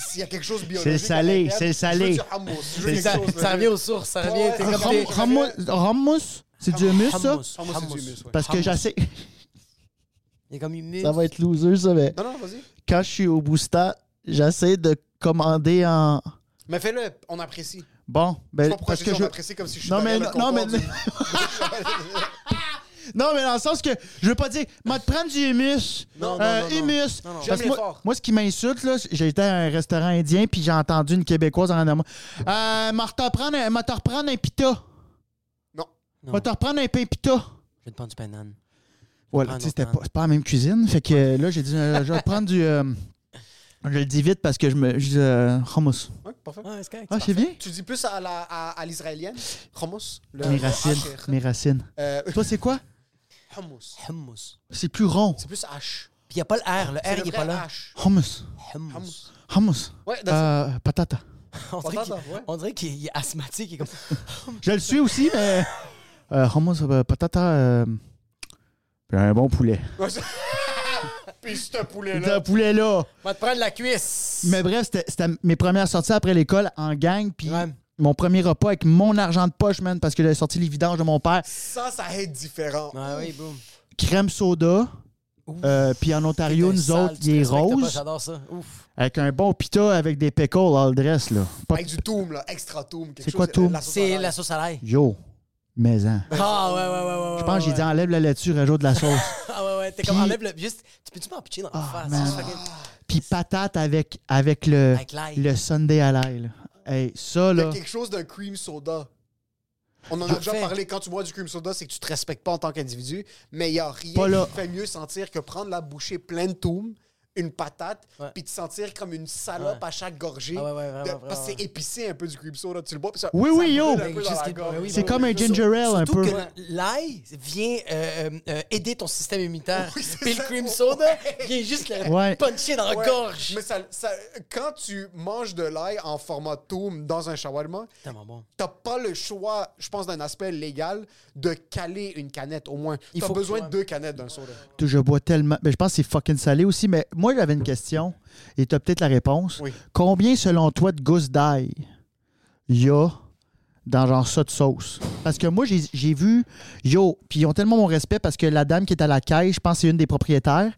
Speaker 3: S'il y a quelque chose de biologique.
Speaker 4: C'est le salé,
Speaker 3: à l'intérieur,
Speaker 4: c'est le
Speaker 3: Je
Speaker 4: salé.
Speaker 3: veux du hummus, je veux
Speaker 2: Ça,
Speaker 3: quelque
Speaker 2: ça,
Speaker 3: chose, là.
Speaker 2: revient aux sources, ça revient.
Speaker 3: Ouais,
Speaker 2: t'es
Speaker 3: ouais.
Speaker 2: comme
Speaker 3: Ramon-
Speaker 2: t'es-
Speaker 3: Ramon-
Speaker 4: Hummus, hummus? c'est du hummus, ça?
Speaker 2: Hummus,
Speaker 3: euh, Hummus, c'est du
Speaker 2: hummus.
Speaker 3: hummus, ouais.
Speaker 4: Parce que
Speaker 2: Hummus.
Speaker 4: j'essaie.
Speaker 2: Il est comme hummus.
Speaker 4: Ça va être loser, ça, mais
Speaker 3: Non, non, vas-y.
Speaker 4: quand je suis au Boosta, j'essaie de commander en.
Speaker 3: Mais fais-le, on apprécie.
Speaker 4: Bon,
Speaker 3: Je sais
Speaker 4: ben,
Speaker 3: pas pourquoi
Speaker 4: parce
Speaker 3: je
Speaker 4: que
Speaker 3: dis on
Speaker 4: je.
Speaker 3: apprécie comme si je suis
Speaker 4: Non, mais
Speaker 3: derrière le
Speaker 4: non,
Speaker 3: comptoir
Speaker 4: mais-
Speaker 3: du-
Speaker 4: Non, mais dans le sens que je veux pas dire, moi, te prendre du hummus.
Speaker 3: Non,
Speaker 4: Euh,
Speaker 3: non, non, non.
Speaker 4: Hummus.
Speaker 3: Non, non.
Speaker 4: Parce
Speaker 3: J'aime
Speaker 4: que
Speaker 3: les
Speaker 4: moi,
Speaker 3: forts.
Speaker 4: moi, ce qui m'insulte, là, j'étais à un restaurant indien, puis j'ai entendu une Québécoise en allant à moi. Euh, m'a te reprendre un- m'a te reprendre un pita.
Speaker 3: Non.
Speaker 2: Non.
Speaker 4: M'a te reprendre un pain pita.
Speaker 2: Je vais te prendre du banane.
Speaker 4: Voilà,
Speaker 2: prendre
Speaker 4: tu sais, c'était
Speaker 2: autant.
Speaker 4: pas, c'est pas la même cuisine. Fait que euh, là, j'ai dit, euh, je vais prendre du. euh, je le dis vite parce que je me. Je dis, euh, hummus.
Speaker 3: Ouais, parfait.
Speaker 2: Ah, c'est correct.
Speaker 4: Ah, c'est bien?
Speaker 3: Tu dis plus à la- à à l'israélienne Hummus le-
Speaker 4: Mes racines.
Speaker 3: Hacher.
Speaker 4: Mes racines.
Speaker 3: Euh,
Speaker 4: Toi, c'est quoi?
Speaker 3: Hummus.
Speaker 2: Hummus.
Speaker 4: C'est plus rond.
Speaker 3: C'est plus H.
Speaker 2: Puis il n'y a pas le R. Le
Speaker 3: C'est
Speaker 2: R, il
Speaker 3: le
Speaker 2: n'est pas
Speaker 3: vrai
Speaker 2: là.
Speaker 3: H.
Speaker 4: Hummus.
Speaker 2: Hummus.
Speaker 3: Hummus.
Speaker 4: Hummus.
Speaker 3: Ouais, dans-
Speaker 4: Euh, patata.
Speaker 2: On dirait qu'il
Speaker 3: Patata, ouais.
Speaker 2: on dirait qu'il est asthmatique. Il est comme...
Speaker 4: Je le suis aussi, mais. Euh, hummus, euh, patata. euh, puis un bon poulet.
Speaker 3: Ouais, c'est- Puis ce
Speaker 4: C'était
Speaker 3: poulet-là.
Speaker 4: un poulet là.
Speaker 2: Va te prendre la cuisse.
Speaker 4: Mais bref, c'était c'était mes premières sorties après l'école en gang. Puis
Speaker 2: Ouais.
Speaker 4: mon premier repas avec mon argent de poche, man, parce que j'avais sorti les vidanges de mon père.
Speaker 3: Ça, ça est différent.
Speaker 2: Ah oui, boum.
Speaker 4: Crème soda. Euh, puis en Ontario,
Speaker 2: T'es
Speaker 4: nous
Speaker 2: sale,
Speaker 4: autres,
Speaker 2: tu
Speaker 4: il est
Speaker 2: te respectes pas,
Speaker 4: rose.
Speaker 2: J'adore ça. Ouf.
Speaker 4: Avec un bon pita avec des pickles all dress, là. Pas-
Speaker 3: Avec du toum, là, extra toum. quelque
Speaker 4: C'est quoi
Speaker 3: chose,
Speaker 4: toum?
Speaker 3: la sauce à
Speaker 2: C'est
Speaker 3: l'ail.
Speaker 2: la sauce à l'ail.
Speaker 4: Yo, maison.
Speaker 2: Ah ouais, ouais, ouais, ouais, ouais.
Speaker 4: Je pense que j'ai dit enlève la laitue, rajoute de la sauce.
Speaker 2: Ah ouais, ouais. T'es comme
Speaker 4: Puis- Ah,
Speaker 2: enlève le. Juste. Tu peux-tu m'en pitcher dans la face?
Speaker 4: man.
Speaker 2: Juste fucking-
Speaker 4: Puis patate avec, avec le,
Speaker 2: Avec l'ail.
Speaker 4: le Sunday à l'ail. là. Hey, ça,
Speaker 3: Il y a
Speaker 4: là.
Speaker 3: quelque chose d'un cream soda. On en a
Speaker 2: Je
Speaker 3: déjà
Speaker 2: fais.
Speaker 3: parlé. Quand tu bois du cream soda, c'est que tu te respectes pas en tant qu'individu, mais il n'y a rien
Speaker 4: Pas là.
Speaker 3: qui fait mieux sentir que prendre la bouchée pleine de toum, une patate,
Speaker 2: Ouais.
Speaker 3: puis te sentir comme une salope à chaque gorgée.
Speaker 2: Ah ouais, ouais, vraiment,
Speaker 3: De-
Speaker 2: vraiment,
Speaker 3: parce que c'est
Speaker 2: ouais.
Speaker 3: épicé un peu du cream soda. Tu le bois, puis ça.
Speaker 4: Oui,
Speaker 3: ça
Speaker 4: oui, yo.
Speaker 3: brûle un peu dans
Speaker 2: Juste
Speaker 3: la
Speaker 2: que-
Speaker 3: gorge.
Speaker 2: oui,
Speaker 4: C'est
Speaker 2: oui,
Speaker 4: comme un
Speaker 2: oui.
Speaker 4: ginger ale un
Speaker 2: Surtout
Speaker 4: peu.
Speaker 2: que l'ail vient euh, euh, euh, aider ton système immunitaire.
Speaker 3: Oui, c'est
Speaker 2: Puis le
Speaker 3: ça.
Speaker 2: cream
Speaker 3: Ouais.
Speaker 2: soda vient juste le
Speaker 4: Ouais.
Speaker 2: puncher dans la
Speaker 3: Ouais,
Speaker 2: gorge.
Speaker 3: Mais ça, ça- quand tu manges de l'ail en format toum dans un shawarma,
Speaker 2: Tellement bon.
Speaker 3: t'as pas le choix, je pense, d'un aspect légal, de caler une canette au moins.
Speaker 2: Il
Speaker 3: T'as
Speaker 2: faut que
Speaker 3: besoin
Speaker 2: tu-
Speaker 3: de deux canettes d'un soda.
Speaker 4: Tout, Je bois tellement. Mais je pense que c'est fucking salé aussi. Mais moi, j'avais une question et tu as peut-être la réponse.
Speaker 3: Oui.
Speaker 4: Combien, selon toi, de gousses d'ail il y a dans genre ça de sauce? Parce que moi, j'ai j'ai vu. Yo, puis ils ont tellement mon respect parce que la dame qui est à la caisse, je pense que c'est une des propriétaires.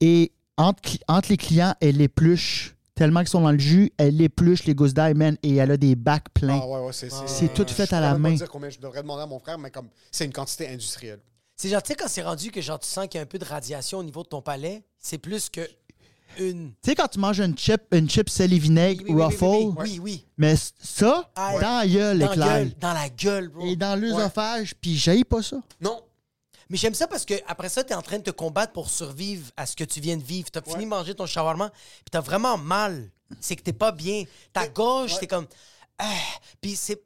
Speaker 4: Et entre, cli- entre les clients, elle épluche. Tellement qu'ils sont dans le jus, elle épluche les gousses d'ail, man, et elle a des bacs pleins.
Speaker 3: Ah ouais, ouais, c'est...
Speaker 4: C'est tout fait à la
Speaker 3: Je pourrais même pas
Speaker 4: main.
Speaker 3: dire combien je devrais demander à mon frère, mais comme c'est une quantité industrielle.
Speaker 2: C'est genre, tu sais, quand c'est rendu que genre, tu sens qu'il y a un peu de radiation au niveau de ton palais, c'est plus que une.
Speaker 4: Tu sais, quand tu manges une chip, une chip sel et vinaigre
Speaker 2: Oui, oui, oui, oui,
Speaker 4: ruffle,
Speaker 2: Oui, oui, oui.
Speaker 4: mais c- ça,
Speaker 2: Aïe.
Speaker 4: dans la gueule,
Speaker 2: Dans, la
Speaker 4: éclair.
Speaker 2: gueule, dans la gueule, bro.
Speaker 4: Et dans
Speaker 2: Ouais.
Speaker 4: l'œsophage, puis j'aille pas ça.
Speaker 2: Non. Mais j'aime ça parce que après ça, tu es en train de te combattre pour survivre à ce que tu viens de vivre. Tu as fini de manger ton shawarma, puis tu as vraiment mal. C'est que tu pas bien. Ta gorge, t'es comme. Ah. Puis c'est.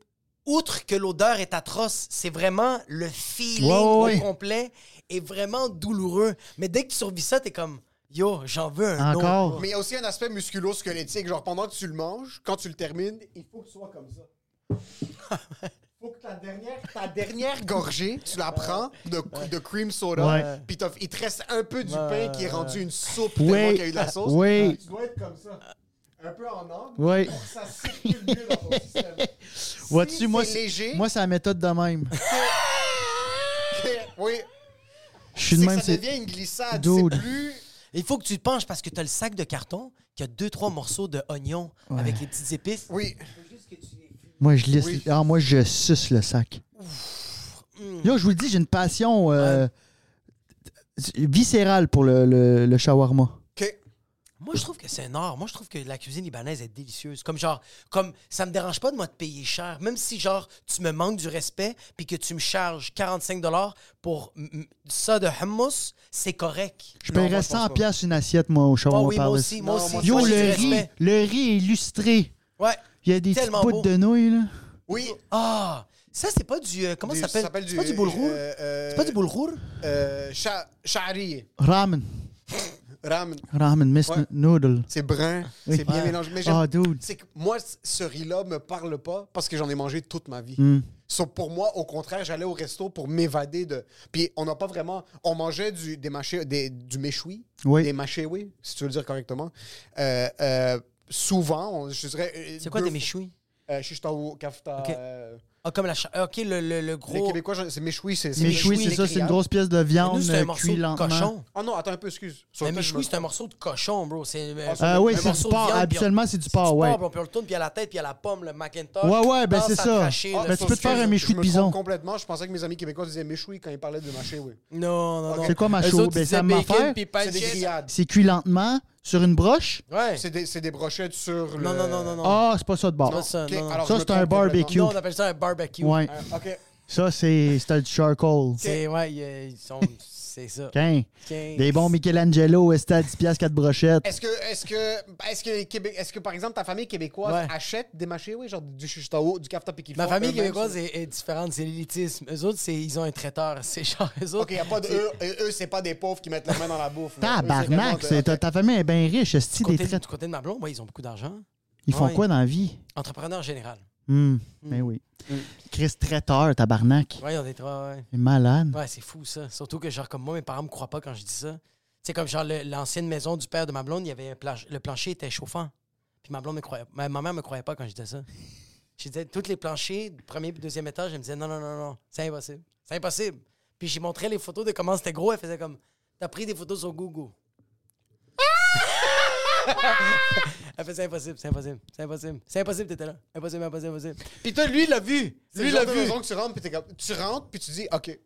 Speaker 2: Outre que l'odeur est atroce, c'est vraiment le feeling
Speaker 4: Ouais, ouais, ouais.
Speaker 2: au complet est vraiment douloureux. Mais dès que tu survis ça, tu es comme. Yo, j'en veux un
Speaker 4: Encore.
Speaker 2: autre.
Speaker 3: Mais il y a aussi un aspect musculo-squelettique. Genre, pendant que tu le manges, quand tu le termines, il faut que tu sois comme ça. faut que ta dernière, ta dernière gorgée, tu la prends de, de cream soda,
Speaker 4: Ouais.
Speaker 3: puis t'as- il te reste un peu du pain qui est rendu une soupe
Speaker 4: Oui.
Speaker 3: tellement qu'il y a eu de la sauce.
Speaker 4: Oui.
Speaker 3: Tu dois être comme ça. Un peu en angle.
Speaker 4: Oui.
Speaker 3: Pour que ça circule mieux dans ton système. Si
Speaker 4: Vois-tu, moi,
Speaker 3: c'est
Speaker 4: c'est-
Speaker 3: léger.
Speaker 4: Moi, c'est la méthode de même.
Speaker 3: oui.
Speaker 4: Je
Speaker 3: C'est
Speaker 4: suis de
Speaker 3: que
Speaker 4: même.
Speaker 3: ça
Speaker 4: c'est-
Speaker 3: devient une glissade.
Speaker 4: Dude.
Speaker 3: C'est plus.
Speaker 2: Il faut que tu te penches parce que tu as le sac de carton qui a deux, trois morceaux de oignon avec les petites épices.
Speaker 3: Oui.
Speaker 4: Moi, je lisse.
Speaker 3: Oui.
Speaker 4: Ah, moi, je suce le sac. Yo, je vous le dis, j'ai une passion euh, viscérale pour le, le, le shawarma.
Speaker 3: OK.
Speaker 2: Moi, je trouve que c'est un art. Moi, je trouve que la cuisine libanaise est délicieuse. Comme genre, comme ça me dérange pas de moi te payer cher, même si genre tu me manques du respect puis que tu me charges 45 dollars pour m- m- ça de hummus, c'est correct.
Speaker 4: Je
Speaker 3: Non, moi,
Speaker 4: paierais
Speaker 3: je pense
Speaker 4: 100
Speaker 3: pas.
Speaker 4: piastres une assiette, moi, au shawarma
Speaker 2: Oh oui, moi
Speaker 4: palace.
Speaker 2: aussi, moi
Speaker 3: Non,
Speaker 2: aussi.
Speaker 3: moi,
Speaker 4: Yo,
Speaker 2: Moi, j'ai
Speaker 4: le
Speaker 2: du
Speaker 4: riz,
Speaker 2: respect.
Speaker 4: le riz est illustré.
Speaker 2: Ouais.
Speaker 4: Il y a des petites
Speaker 2: Tellement beau.
Speaker 4: bouts de nouilles, là.
Speaker 3: Oui.
Speaker 2: Ah, ça c'est pas du euh, comment
Speaker 3: Du-
Speaker 2: ça
Speaker 3: ça
Speaker 2: s'appelle
Speaker 3: s'appelle
Speaker 2: C'est
Speaker 3: du-
Speaker 2: pas du boulgour.
Speaker 3: euh, euh,
Speaker 2: C'est pas du boulgour.
Speaker 3: Euh, cha- Sha'ri.
Speaker 4: Ramen.
Speaker 3: Ramen.
Speaker 4: Ramen, Miss
Speaker 3: Ouais.
Speaker 4: Noodle.
Speaker 3: C'est brun, c'est bien
Speaker 4: Ouais.
Speaker 3: mélangé. Mais j'aime-
Speaker 4: Ah, dude.
Speaker 3: c'est que moi, c- ce riz-là me parle pas parce que j'en ai mangé toute ma vie.
Speaker 4: Mm.
Speaker 3: Sauf pour moi, au contraire, j'allais au resto pour m'évader de. Puis on n'a pas vraiment. On mangeait du, des mâchés, des, du méchoui,
Speaker 4: Oui.
Speaker 3: des mâchés, oui, si tu veux le dire correctement. Euh, euh, souvent, on- je dirais. euh,
Speaker 2: C'est quoi
Speaker 3: deux
Speaker 2: des
Speaker 3: fois-
Speaker 2: méchouis
Speaker 3: Euh, Chichitaou, kafta.
Speaker 2: Ok.
Speaker 3: euh,
Speaker 2: Ah, comme la cha- ah, OK, le, le- le
Speaker 3: les
Speaker 2: gros.
Speaker 3: Québécois, j'en- c'est méchoui, c'est.
Speaker 2: Mais
Speaker 4: Méchoui,
Speaker 2: méchoui,
Speaker 4: c'est ça, c'est une
Speaker 3: criable.
Speaker 4: grosse pièce de
Speaker 2: Mais nous,
Speaker 4: viande
Speaker 2: c'est
Speaker 4: euh,
Speaker 2: un morceau
Speaker 4: cuite
Speaker 2: de
Speaker 4: lentement.
Speaker 2: cochon.
Speaker 3: Ah non, attends un peu, excuse. Sur
Speaker 2: Un
Speaker 3: le temps, je me-
Speaker 2: méchoui, c'est un morceau de cochon, bro. C'est euh,
Speaker 3: c'est-
Speaker 4: Ah oui,
Speaker 3: Un
Speaker 4: c'est du
Speaker 2: morceau de
Speaker 4: porc.
Speaker 2: viande,
Speaker 4: Habituellement, c'est du porc,
Speaker 2: du
Speaker 4: ouais.
Speaker 2: porc, bon, puis on le tourne, puis à la tête, puis à la pomme, le Macintosh.
Speaker 4: Ouais, ouais, ben
Speaker 2: Dans
Speaker 4: c'est
Speaker 2: sa
Speaker 4: ça.
Speaker 2: trachée,
Speaker 3: Ah,
Speaker 2: là.
Speaker 4: Ben, tu peux te
Speaker 3: excuse,
Speaker 4: faire un
Speaker 3: je-
Speaker 4: méchoui
Speaker 3: je
Speaker 4: de
Speaker 3: me trompe
Speaker 4: bison.
Speaker 3: Complètement, je pensais que mes amis québécois disaient méchoui quand ils parlaient de mâché, oui.
Speaker 2: Non, non, non.
Speaker 4: C'est quoi ma
Speaker 2: Eux
Speaker 4: chou-
Speaker 2: autres,
Speaker 4: ben,
Speaker 2: ils
Speaker 4: ça
Speaker 2: disaient
Speaker 4: m'a
Speaker 2: bacon
Speaker 4: fait.
Speaker 2: puis
Speaker 3: C'est des
Speaker 2: pancetta.
Speaker 3: grillades.
Speaker 4: C'est cuit lentement sur une broche.
Speaker 2: Ouais.
Speaker 3: C'est des, c'est des brochettes sur le.
Speaker 2: Non, non, non, non, non.
Speaker 4: Ah, c'est pas ça de bord.
Speaker 2: Non, ça,
Speaker 3: Ok,
Speaker 2: non, non.
Speaker 3: alors
Speaker 4: Ça,
Speaker 3: je me
Speaker 4: c'est un
Speaker 3: trompe complètement.
Speaker 4: barbecue.
Speaker 2: Non, on appelle ça un barbecue. Ah,
Speaker 4: Ouais.
Speaker 3: Euh, ok.
Speaker 4: Ça, c'est c'était du charcoal.
Speaker 2: C'est, ouais, ils- ils sont- c'est ça.
Speaker 4: Quin.
Speaker 2: Quinze.
Speaker 4: Des bons Michelangelo, c'était à 10 piastres, 4 brochettes.
Speaker 3: Est-ce que, est-ce que, est-ce que, les Québé- est-ce que par exemple ta famille québécoise
Speaker 2: Ouais.
Speaker 3: achète des mâchés, oui, genre du chuchotao, du kafta puis
Speaker 2: Ma famille québécoise est, est différente, c'est l'élitisme. Eux autres, c'est, ils ont un traiteur. C'est genre, eux autres.
Speaker 3: Ok, y a pas de eux, eux, eux, c'est pas des pauvres qui mettent la main dans la bouffe. là. Eux,
Speaker 4: Tabarnak,
Speaker 3: c'est vraiment
Speaker 4: Ah, c'est-
Speaker 3: de-
Speaker 4: ta,
Speaker 3: ok.
Speaker 4: ta famille est bien riche. Est-ce
Speaker 2: du
Speaker 4: des
Speaker 2: côté,
Speaker 4: traites?
Speaker 2: du côté de ma blonde, ouais, ils ont beaucoup d'argent.
Speaker 4: Ils font
Speaker 2: Ouais.
Speaker 4: quoi dans la vie?
Speaker 2: Entrepreneur général.
Speaker 4: Hmm, Ben oui. Chris traiteur, tabarnak.
Speaker 2: Hmm. Ouais, ils ont des trois, ouais.
Speaker 4: Il est malade.
Speaker 2: Ouais, c'est fou ça. Surtout que, genre, comme moi, mes parents me croient pas quand je dis ça. C'est comme, genre, le- l'ancienne maison du père de ma blonde, il y avait un planche- le plancher était chauffant. Puis ma blonde me croyait. Ma, ma mère me croyait pas quand je disais ça. Je disais, tous les planchers, du premier et deuxième étage, elle me disait, non, non, non, non, c'est impossible. C'est impossible. Puis j'ai montré les photos de comment c'était gros. Elle faisait comme, t'as pris des photos sur Google. Elle fait, c'est impossible, c'est impossible, c'est impossible, c'est impossible, t'étais là. Impossible, impossible, impossible. Puis toi, lui, il l'a vu.
Speaker 3: C'est
Speaker 2: Lui, il
Speaker 3: le genre
Speaker 2: l'a
Speaker 3: de
Speaker 2: vu.
Speaker 3: maison que tu rentres puis t'es comme- tu rentres puis tu dis ok,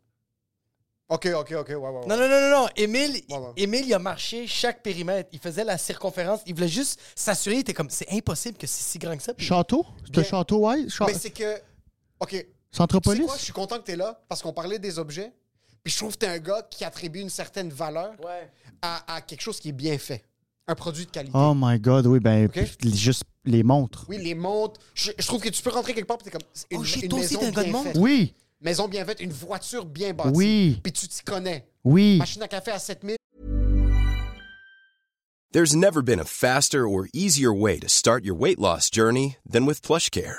Speaker 3: ok, ok, ok, ouais, ouais, ouais.
Speaker 2: Non, non, non, non, non. Émile,
Speaker 3: Ouais, ouais.
Speaker 2: Émile, il a marché chaque périmètre. Il faisait la circonférence. Il voulait juste s'assurer. Il était comme, c'est impossible que c'est si grand que ça. Puis-
Speaker 4: Château? C'est un
Speaker 3: Bien.
Speaker 4: château, ouais? Cha-
Speaker 3: Mais c'est que, ok, Tu sais quoi, je
Speaker 4: Centropolis?
Speaker 3: suis content que tu es là parce qu'on parlait des objets. Puis je trouve que tu es un gars qui attribue une certaine valeur
Speaker 2: Ouais.
Speaker 3: à, à quelque chose qui est bien fait. Un produit de qualité.
Speaker 4: Oh my God, oui, ben,
Speaker 3: Ok.
Speaker 4: pff, juste les montres.
Speaker 3: Oui, les montres. Je, je trouve que tu peux rentrer quelque part et t'es comme. c'est Une,
Speaker 2: Oh shit,
Speaker 3: une
Speaker 2: toi aussi,
Speaker 3: maison
Speaker 2: t'es un gars de
Speaker 3: bien
Speaker 2: montre?
Speaker 3: faite.
Speaker 4: Oui,
Speaker 3: Maison bien faite, une voiture bien bâtie.
Speaker 4: Oui.
Speaker 3: Puis tu t'y connais.
Speaker 4: oui.
Speaker 3: Machine à café à 7000.
Speaker 5: There's never been a faster or easier way to start your weight loss journey than with PlushCare.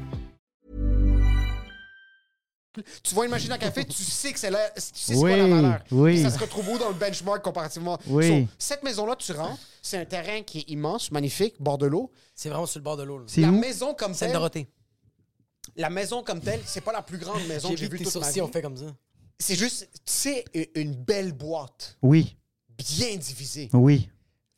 Speaker 3: Tu vois une machine à café, tu sais que c'est la, tu sais c'est
Speaker 4: Oui,
Speaker 3: quoi la valeur.
Speaker 4: oui.
Speaker 3: Puis Ça se retrouve où dans le benchmark comparativement?
Speaker 4: Oui.
Speaker 3: So, cette maison-là, tu rentres, c'est un terrain qui est immense, magnifique, bord de l'eau.
Speaker 2: C'est vraiment sur le bord de l'eau. là.
Speaker 4: C'est
Speaker 3: La
Speaker 4: où?
Speaker 3: maison comme
Speaker 2: C'est
Speaker 3: telle,
Speaker 2: Dorothée.
Speaker 3: la maison comme telle, c'est pas la plus grande maison
Speaker 2: J'ai
Speaker 3: que j'ai
Speaker 2: vu que
Speaker 3: vue
Speaker 2: tes
Speaker 3: toute ma
Speaker 2: sourcils
Speaker 3: vie.
Speaker 2: ont fait comme ça.
Speaker 3: C'est juste, c'est u- une belle boîte,
Speaker 4: Oui,
Speaker 3: bien divisée,
Speaker 4: oui,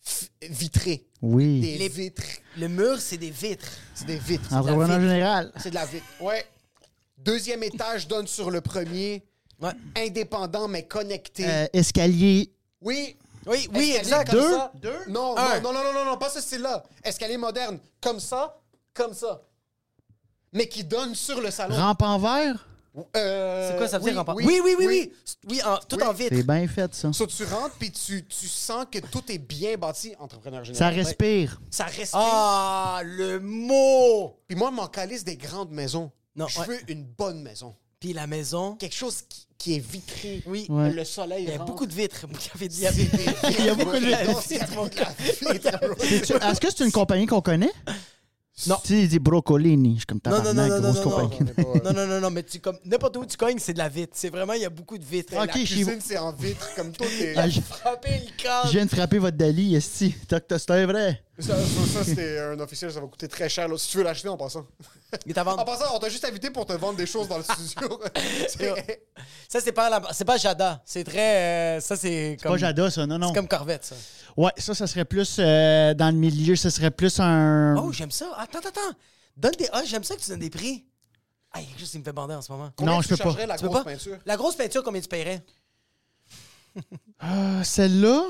Speaker 3: f- vitrée,
Speaker 4: oui.
Speaker 3: des
Speaker 2: Les- Ah.
Speaker 3: vitres,
Speaker 2: Le mur, c'est des vitres.
Speaker 3: c'est des vitres. c'est de la
Speaker 4: Entrepreneur
Speaker 3: vitre.
Speaker 4: général.
Speaker 3: C'est de la vitre. Ouais. Deuxième étage donne sur le premier,
Speaker 2: Ouais.
Speaker 3: indépendant mais connecté.
Speaker 4: Euh, escalier.
Speaker 3: Oui.
Speaker 2: Oui, oui,
Speaker 3: Escalier
Speaker 2: exact.
Speaker 3: comme
Speaker 4: Deux.
Speaker 3: ça. Non,
Speaker 2: Un.
Speaker 3: non, non, non, non, non, pas ce style-là. Escalier moderne, comme ça, comme ça. Mais qui donne sur le salon.
Speaker 4: Rampe en verre.
Speaker 3: Euh,
Speaker 2: C'est quoi ça veut dire
Speaker 3: oui,
Speaker 2: en par- Oui, oui, oui, oui. Oui, en- tout en vitre.
Speaker 4: C'est bien fait, ça.
Speaker 3: So, tu rentres puis tu, tu sens que tout est bien bâti, entrepreneur
Speaker 4: Ça
Speaker 3: général.
Speaker 4: respire.
Speaker 3: Ça respire.
Speaker 2: Ah, le mot!
Speaker 3: Puis moi, mon calice des grandes maisons.
Speaker 2: Non,
Speaker 3: je
Speaker 2: ouais.
Speaker 3: veux une bonne maison.
Speaker 2: Puis la maison.
Speaker 3: Quelque chose qui, qui est vitré.
Speaker 2: Oui.
Speaker 4: Ouais.
Speaker 3: Le soleil.
Speaker 2: Il y a
Speaker 3: rentre.
Speaker 2: beaucoup de vitres. mon café de
Speaker 3: C'est des
Speaker 2: diabète.
Speaker 3: vitres.
Speaker 2: Il y a beaucoup de
Speaker 3: Il y a
Speaker 2: vitres.
Speaker 3: de la vitre, bro.
Speaker 4: Tu- Est-ce que c'est une compagnie qu'on connaît?
Speaker 2: Non.
Speaker 4: Tu sais, il dit Brocolini. Je suis comme
Speaker 2: Non, non, non,
Speaker 4: Ah, tabarnak,
Speaker 2: non, non, non,
Speaker 4: grosse
Speaker 2: non,
Speaker 4: compagnie.
Speaker 2: non, non, non, non, mais tu comme n'importe où tu cognes, c'est de la vitre. C'est vraiment, il y a beaucoup de vitres.
Speaker 4: Ok,
Speaker 3: La
Speaker 4: chez vous.
Speaker 3: cuisine, c'est en vitre, comme tout est...
Speaker 4: Ah, je,
Speaker 2: Frapper le
Speaker 4: je
Speaker 2: cadre.
Speaker 4: viens de frapper votre Dali, esti. Toc, toc, C'est vrai.
Speaker 3: Ça, ça, ça, c'était un officiel, ça va coûter très cher. là, si tu veux l'acheter en passant.
Speaker 2: Et t'as vendu.
Speaker 3: En passant, on t'a juste invité pour te vendre des choses dans le studio. C'est-
Speaker 2: Ça, c'est pas, la- c'est pas Jada. C'est très. euh, ça, c'est comme.
Speaker 4: Pas Jada, ça, non, non.
Speaker 2: C'est comme Corvette, ça.
Speaker 4: Ouais, ça, ça serait plus euh, dans le milieu, ça serait plus un.
Speaker 2: Oh, j'aime ça. Attends, attends, attends. Donne des. Ah, j'aime ça que tu donnes des prix. Ah, il y a quelque chose qui me fait bander en ce moment.
Speaker 3: Combien
Speaker 4: Non,
Speaker 3: tu
Speaker 4: je peux pas.
Speaker 3: chargerais la
Speaker 2: Tu peux
Speaker 3: grosse
Speaker 2: pas?
Speaker 3: peinture?
Speaker 2: La grosse peinture, combien tu paierais?
Speaker 4: Ah, Celle-là.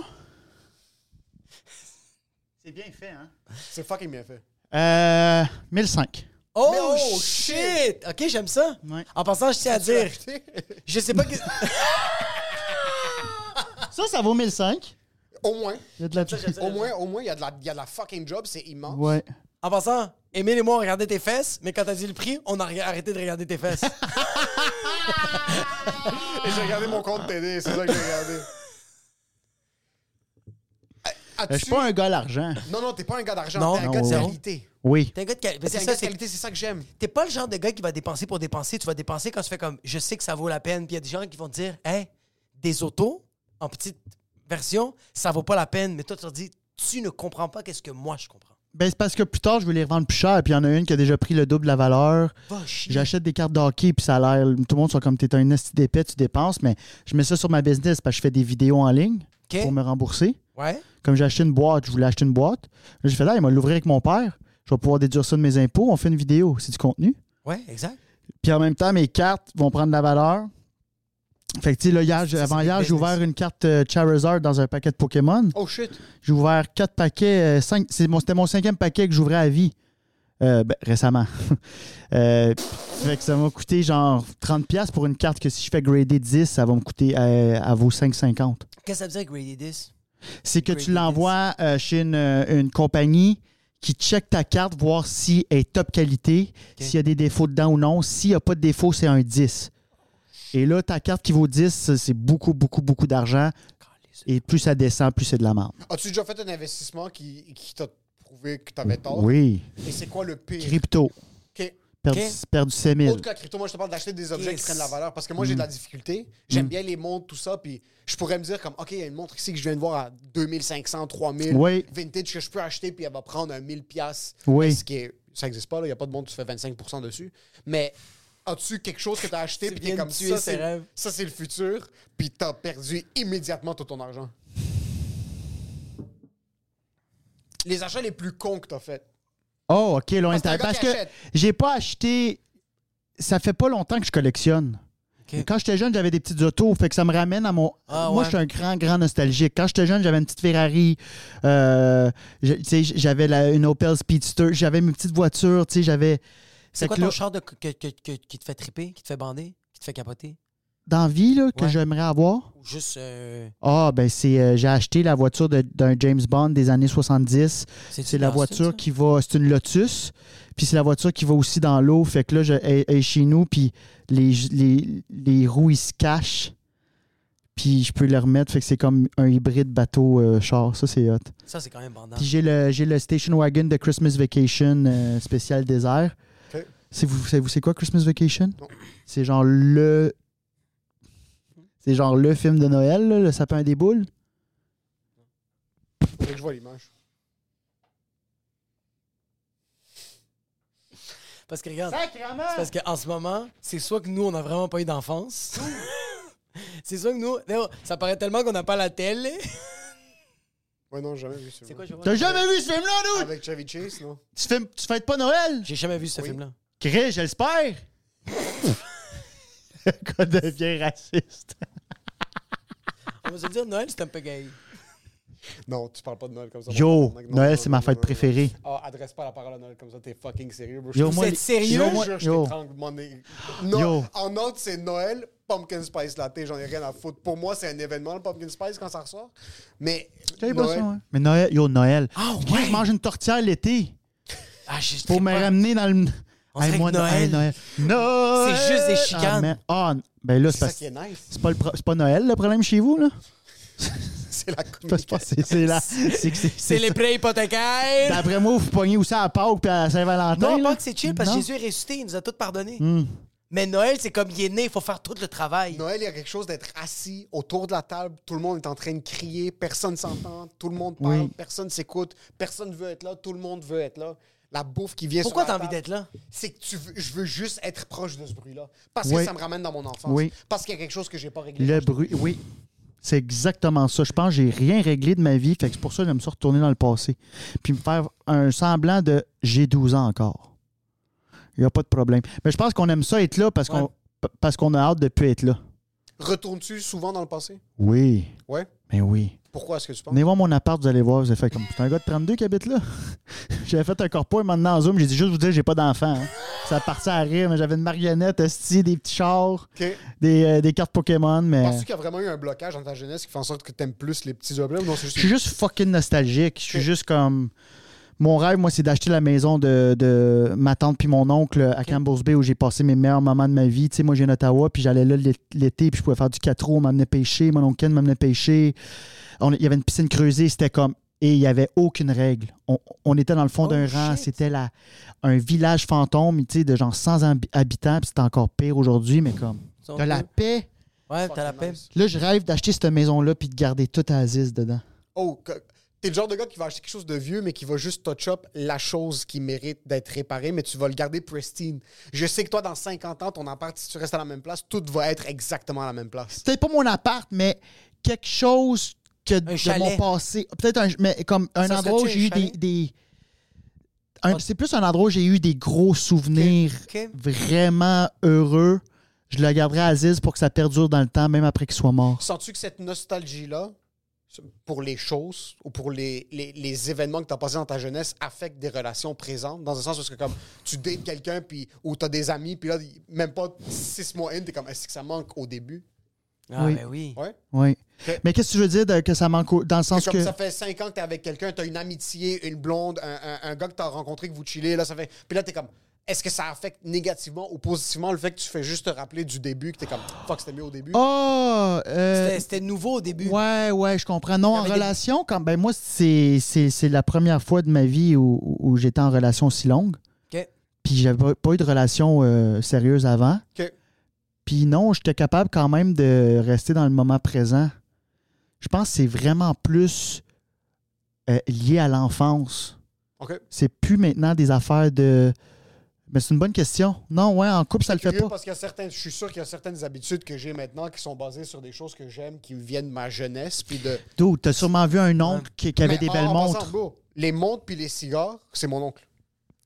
Speaker 4: C'est bien fait, hein?
Speaker 3: C'est fucking bien fait.
Speaker 4: Euh. 1005.
Speaker 2: Oh,
Speaker 3: Mais oh,
Speaker 2: shit! Ok, j'aime ça.
Speaker 4: Ouais.
Speaker 2: En passant, je tiens à dire, je sais pas que.
Speaker 4: Ça, ça vaut 1005.
Speaker 3: Au moins.
Speaker 4: Il y a de la
Speaker 3: Au moins, au moins, il y a de la, il y a de la fucking job, c'est immense.
Speaker 4: Ouais.
Speaker 2: En passant, Emile et moi, on regardait tes fesses, mais quand t'as dit le prix, on a rega- arrêté de regarder tes fesses.
Speaker 3: Et j'ai regardé mon compte TD, c'est ça que j'ai regardé. Ah,
Speaker 4: Euh, Je
Speaker 3: as-tu-
Speaker 4: suis pas un gars à l'argent.
Speaker 3: Non, non, t'es pas un gars d'argent,
Speaker 2: Non.
Speaker 3: t'es un
Speaker 2: Non,
Speaker 3: gars de
Speaker 4: ouais.
Speaker 3: qualité.
Speaker 4: Oui.
Speaker 2: T'es un gars de qualité.
Speaker 3: T'es
Speaker 2: C'est
Speaker 3: un
Speaker 2: ça,
Speaker 3: gars de
Speaker 2: c'est
Speaker 3: qualité, c'est ça que j'aime.
Speaker 2: T'es pas le genre de gars qui va dépenser pour dépenser. Tu vas dépenser quand tu fais comme je sais que ça vaut la peine. Puis il y a des gens qui vont te dire Hey, des autos en petite version, ça vaut pas la peine. Mais toi, tu leur dis Tu ne comprends pas qu'est-ce que moi je comprends.
Speaker 4: Ben, c'est parce que plus tard, je veux les revendre plus cher. Puis il y en a une qui a déjà pris le double de la valeur.
Speaker 2: Va chier.
Speaker 4: J'achète des cartes d'hockey, puis ça a l'air. Tout le monde soit comme t'es un esti d'épais, tu dépenses. Mais je mets ça sur ma business parce que je fais des vidéos en ligne
Speaker 2: OK.
Speaker 4: pour me rembourser.
Speaker 2: Ouais.
Speaker 4: Comme j'ai acheté une boîte, je voulais acheter une boîte. Là, j'ai fait là, il m'a l'ouvrir avec mon père. Je vais pouvoir déduire ça de mes impôts. On fait une vidéo. C'est du contenu.
Speaker 2: Ouais, exact.
Speaker 4: Puis en même temps, mes cartes vont prendre de la valeur. Fait que, tu sais, là, hier, j'ai-
Speaker 2: Ça, c'est
Speaker 4: avant
Speaker 2: des
Speaker 4: hier, j'ai
Speaker 2: business.
Speaker 4: ouvert une carte euh, Charizard dans un paquet de Pokémon.
Speaker 3: Oh shit.
Speaker 4: J'ai ouvert quatre paquets. euh, cinq- c'est mon- C'était mon cinquième paquet que j'ouvrais à vie. Euh, ben, récemment. Euh, fait que ça m'a coûté genre 30$ pour une carte que si je fais grader 10, ça va me coûter euh, à vaut 5,50.
Speaker 2: Qu'est-ce que ça veut dire, Grady 10
Speaker 4: C'est que
Speaker 2: Grader
Speaker 4: tu l'envoies euh, chez une, euh, une compagnie qui check ta carte, voir si elle est top qualité, s'il y a des défauts dedans ou non. S'il n'y a pas de défaut, c'est un 10. Et là, ta carte qui vaut 10, ça, c'est beaucoup, beaucoup, beaucoup d'argent. Et plus ça descend, plus c'est de la merde.
Speaker 3: As-tu déjà fait un investissement qui, qui t'a prouvé que t'avais tort?
Speaker 4: Oui.
Speaker 3: Et c'est quoi le pire?
Speaker 4: Crypto.
Speaker 3: Ok.
Speaker 4: Perdu,
Speaker 2: Ok.
Speaker 4: perdu 7 000.
Speaker 3: Autre que la crypto, moi je te parle d'acheter des objets
Speaker 2: Yes.
Speaker 3: qui prennent la valeur parce que moi j'ai de
Speaker 4: Mm.
Speaker 3: la difficulté. J'aime bien les montres, tout ça. Puis je pourrais me dire, comme, OK, il y a une montre ici que je viens de voir à 2500, 3000,
Speaker 4: Oui.
Speaker 3: vintage que je peux acheter, puis elle va prendre un 1000$. piastres.
Speaker 4: Oui.
Speaker 3: Ce qui est, ça n'existe pas, là. il n'y a pas de montre, tu fais 25% dessus. Mais as-tu quelque chose que tu as acheté,
Speaker 2: Tu
Speaker 3: puis t'es
Speaker 2: viens de
Speaker 3: comme
Speaker 2: tuer
Speaker 3: ça,
Speaker 2: ses
Speaker 3: c'est,
Speaker 2: rêves.
Speaker 3: ça, c'est le futur, puis tu as perdu immédiatement tout ton argent? Les achats les plus cons que tu as fait.
Speaker 4: Oh, OK, là, on
Speaker 3: Parce
Speaker 4: est
Speaker 3: que t'es un
Speaker 4: à-
Speaker 3: gars
Speaker 4: Parce
Speaker 3: qui
Speaker 4: que
Speaker 3: achète.
Speaker 4: j'ai pas acheté. Ça fait pas longtemps que je collectionne. Mais Quand j'étais jeune, j'avais des petites autos. Fait que ça me ramène à mon.
Speaker 2: Ah,
Speaker 4: Moi,
Speaker 2: ouais.
Speaker 4: je suis un grand, grand nostalgique. Quand j'étais jeune, j'avais une petite Ferrari. euh, je- tu sais, j'avais la- une Opel Speedster. J'avais mes petites voitures. tu sais, J'avais.
Speaker 2: C'est
Speaker 4: Fait
Speaker 2: quoi
Speaker 4: que
Speaker 2: ton
Speaker 4: là-
Speaker 2: char de- que- que- que- qui te fait triper, qui te fait bander, qui te fait capoter
Speaker 4: dans la vie là, que
Speaker 2: Ouais.
Speaker 4: j'aimerais avoir?
Speaker 2: Ou juste. euh,
Speaker 4: Ah, ben c'est. euh, J'ai acheté la voiture de- d'un James Bond des années 70.
Speaker 2: C'est-tu
Speaker 4: C'est la
Speaker 2: dans ce
Speaker 4: voiture
Speaker 2: titre,
Speaker 4: qui va. C'est une Lotus. Puis c'est la voiture qui va aussi dans l'eau. Fait que là, je, elle- elle est chez nous. Puis les, les, les roues, ils se cachent. Puis je peux les remettre. Fait que c'est comme un hybride bateau-char. ça, c'est hot.
Speaker 2: ça? Ça, c'est quand même bandant.
Speaker 4: Puis j'ai le, j'ai le Station Wagon de Christmas Vacation euh, spécial désert.
Speaker 3: Ok.
Speaker 4: C'est vous, savez-vous c'est quoi Christmas Vacation?
Speaker 3: Non.
Speaker 4: C'est genre le. C'est genre le film de Noël, là, le sapin des boules.
Speaker 3: Faudrait que je vois l'image.
Speaker 2: Parce que regarde, c'est parce qu'en ce moment, c'est soit que nous, on n'a vraiment pas eu d'enfance. c'est soit que nous. d'ailleurs, Ça paraît tellement qu'on n'a pas la télé.
Speaker 3: Ouais, non, j'ai jamais vu ce
Speaker 2: C'est
Speaker 3: film.
Speaker 2: quoi,
Speaker 4: T'as jamais vu ce film-là, nous?
Speaker 3: Avec Chevy Chase, non?
Speaker 4: Tu, fais- tu fêtes pas Noël?
Speaker 2: J'ai jamais vu ce film-là.
Speaker 4: Chris, j'espère! le gars devient raciste.
Speaker 2: On va se dire, Noël, c'est un peu gay.
Speaker 3: Non, tu parles pas de Noël comme ça.
Speaker 4: Yo,
Speaker 3: Non, non, non,
Speaker 4: Noël, c'est ma
Speaker 3: non,
Speaker 4: fête
Speaker 3: non,
Speaker 4: préférée.
Speaker 3: non. Ah, adresse pas la parole à Noël comme ça, t'es fucking sérieux, bro.
Speaker 4: Yo,
Speaker 3: je
Speaker 4: moi,
Speaker 2: êtes
Speaker 4: les-
Speaker 2: sérieux?
Speaker 4: Yo,
Speaker 3: te
Speaker 4: moi-
Speaker 3: jure, je
Speaker 4: yo.
Speaker 3: t'étrangle, mon nez. Non,
Speaker 4: Yo.
Speaker 3: en autre, c'est Noël, Pumpkin Spice Latte, j'en ai rien à foutre. Pour moi, c'est un événement, le Pumpkin Spice, quand ça ressort. Mais.
Speaker 4: J'avais pas
Speaker 3: Noël-
Speaker 4: ça, hein. ouais. Mais Noël, yo, Noël.
Speaker 2: Ah,
Speaker 4: Chris,
Speaker 2: ouais.
Speaker 4: Je mange une tortilla l'été.
Speaker 2: Ah, j'ai-
Speaker 4: pour me ramener dans le.
Speaker 2: On dirait que Noël-
Speaker 4: Noël. Noël.
Speaker 2: C'est juste des
Speaker 4: Ah,
Speaker 2: chicanes.
Speaker 4: man. Ah, ben là,
Speaker 3: C'est
Speaker 4: c'est
Speaker 3: ça
Speaker 4: parce
Speaker 3: qui est nice.
Speaker 4: c'est pas, le pro- c'est pas Noël le problème chez vous, là?
Speaker 3: C'est la
Speaker 4: C'est pas-
Speaker 3: communication.
Speaker 4: C'est c'est là. C'est que c'est-
Speaker 2: C'est
Speaker 4: c'est
Speaker 2: les
Speaker 4: ça.
Speaker 2: prêts hypothécaires.
Speaker 4: D'après moi, vous pognez aussi à Pâques puis à Saint-Valentin.
Speaker 2: Non,
Speaker 4: là.
Speaker 2: pas que c'est chill parce que
Speaker 4: Non. Hmm.
Speaker 2: Jésus est ressuscité, il nous a tout pardonné. Mais Noël, c'est comme il est né, il faut faire tout le travail.
Speaker 3: Noël, il y a quelque chose d'être assis autour de la table, tout le monde est en train de crier, personne s'entend, tout le monde parle,
Speaker 4: Oui.
Speaker 3: personne s'écoute, personne veut être là, tout le monde veut être là. La bouffe qui vient
Speaker 2: Pourquoi
Speaker 3: sur
Speaker 2: t'as
Speaker 3: la
Speaker 2: envie
Speaker 3: table,
Speaker 2: d'être là?
Speaker 3: C'est que tu veux- je veux juste être proche de ce bruit-là. Parce
Speaker 4: Oui.
Speaker 3: que ça me ramène dans mon enfance.
Speaker 4: Oui.
Speaker 3: Parce qu'il y a quelque chose que j'ai pas réglé.
Speaker 4: Le
Speaker 3: quand
Speaker 4: bruit, oui. C'est exactement ça. Je pense que j'ai rien réglé de ma vie. Fait que c'est pour ça que j'aime ça retourner dans le passé. Puis me faire un semblant de j'ai 12 ans encore. Il n'y a pas de problème. Mais je pense qu'on aime ça être là parce
Speaker 2: Ouais.
Speaker 4: qu'on parce qu'on a hâte de plus être là.
Speaker 3: j'étais- Retournes-tu souvent dans le passé?
Speaker 4: Oui.
Speaker 3: Ouais.
Speaker 4: Mais Ben oui.
Speaker 3: Pourquoi est-ce que tu penses?
Speaker 4: Venez voir mon appart, vous allez voir, vous avez fait comme. C'est un gars de 32 qui habite là. j'avais fait un corpo et maintenant en Zoom, j'ai dit juste vous dire, j'ai pas d'enfant. hein. Ça partait à rire, mais j'avais une marionnette, esti, des petits chars,
Speaker 3: Ok.
Speaker 4: des, euh, des cartes Pokémon, mais.
Speaker 3: Penses-tu qu'il y a vraiment eu un blocage dans ta jeunesse qui fait en sorte que tu aimes plus les petits objets ou non? C'est
Speaker 4: Je suis
Speaker 3: juste.
Speaker 4: juste fucking nostalgique. Je suis juste comme. Mon rêve, moi, c'est d'acheter la maison de, de ma tante puis mon oncle à Campbell's Bay où j'ai passé mes meilleurs moments de ma vie. Tu sais, moi, j'ai Ottawa, puis j'allais là l'é- l'été, puis je pouvais faire du 4 roues, on m'amenait pêcher, mon oncle Ken m'amenait pêcher. On- Il y avait une piscine creusée, c'était comme. Et il n'y avait aucune règle. On, on était dans le fond
Speaker 2: Oh,
Speaker 4: d'un rang.
Speaker 2: shit.
Speaker 4: C'était la- un village fantôme, tu sais, de genre 100 hab- habitants, puis c'était encore pire aujourd'hui, mais comme. T'as la paix.
Speaker 2: Ouais, t'as la
Speaker 3: Fucking
Speaker 2: paix.
Speaker 3: nice.
Speaker 4: Là, je rêve d'acheter cette maison-là, puis de garder tout à Aziz dedans.
Speaker 3: Oh, que- t'es le genre de gars qui va acheter quelque chose de vieux, mais qui va juste touch-up la chose qui mérite d'être réparée, mais tu vas le garder pristine. Je sais que toi, dans 50 ans, ton appart, si tu restes à la même place, tout va être exactement à la même place.
Speaker 4: peut-être pas mon appart, mais quelque chose que de
Speaker 2: chalet.
Speaker 4: mon passé. Peut-être un, mais comme un
Speaker 2: Ça
Speaker 4: endroit où
Speaker 2: serait-tu
Speaker 4: j'ai
Speaker 2: un
Speaker 4: eu des.
Speaker 2: chalet?
Speaker 4: des- un- c'est plus un endroit où j'ai eu des gros souvenirs
Speaker 2: Ok, ok.
Speaker 4: vraiment heureux. Je le garderai à Aziz pour que ça perdure dans le temps, même après qu'il soit mort.
Speaker 3: Sens-tu que cette nostalgie-là, pour les choses ou pour les, les- les événements que tu as passés dans ta jeunesse, affecte des relations présentes? Dans un sens où c'est comme tu dates quelqu'un puis, ou tu as des amis, puis là, même pas six mois in, t'es comme, est-ce que ça manque au début?
Speaker 2: Ah,
Speaker 4: Oui.
Speaker 2: ben oui.
Speaker 3: Ouais.
Speaker 4: Oui.
Speaker 3: Ok.
Speaker 4: Mais qu'est-ce que tu veux dire de- que ça manque au- dans le sens
Speaker 3: C'est
Speaker 4: que.
Speaker 3: comme ça fait 5 ans que t'es avec quelqu'un, t'as une amitié, une blonde, un, un- un gars que t'as rencontré, que vous chillez, là, ça fait. Puis là, t'es comme. Est-ce que ça affecte négativement ou positivement le fait que tu fais juste te rappeler du début, que t'es comme fuck, c'était mieux au début?
Speaker 4: Oh! euh,
Speaker 2: C'était- C'était nouveau au début.
Speaker 4: Ouais, ouais, je comprends. Non, en
Speaker 2: avait des-
Speaker 4: relation, quand, ben moi, c'est c'est- c'est la première fois de ma vie où, où j'étais en relation si longue.
Speaker 2: Ok.
Speaker 4: Puis j'avais pas- pas eu de relation euh, sérieuse avant.
Speaker 3: Ok.
Speaker 4: Puis non, j'étais capable quand même de rester dans le moment présent. Je pense que c'est vraiment plus euh, lié à l'enfance.
Speaker 3: Ok.
Speaker 4: C'est plus maintenant des affaires de. Mais c'est une bonne question. Non, ouais, en couple, ça le fait
Speaker 3: Curieux
Speaker 4: pas.
Speaker 3: Parce qu'il y a certaines, je suis sûr qu'il y a certaines habitudes que j'ai maintenant qui sont basées sur des choses que j'aime, qui viennent de ma jeunesse, puis de.
Speaker 4: Dude, t'as sûrement vu un oncle qui, qui avait
Speaker 3: Mais
Speaker 4: des
Speaker 3: en-
Speaker 4: belles
Speaker 3: en passant,
Speaker 4: montres.
Speaker 3: bro, les montres puis les cigares, c'est mon oncle.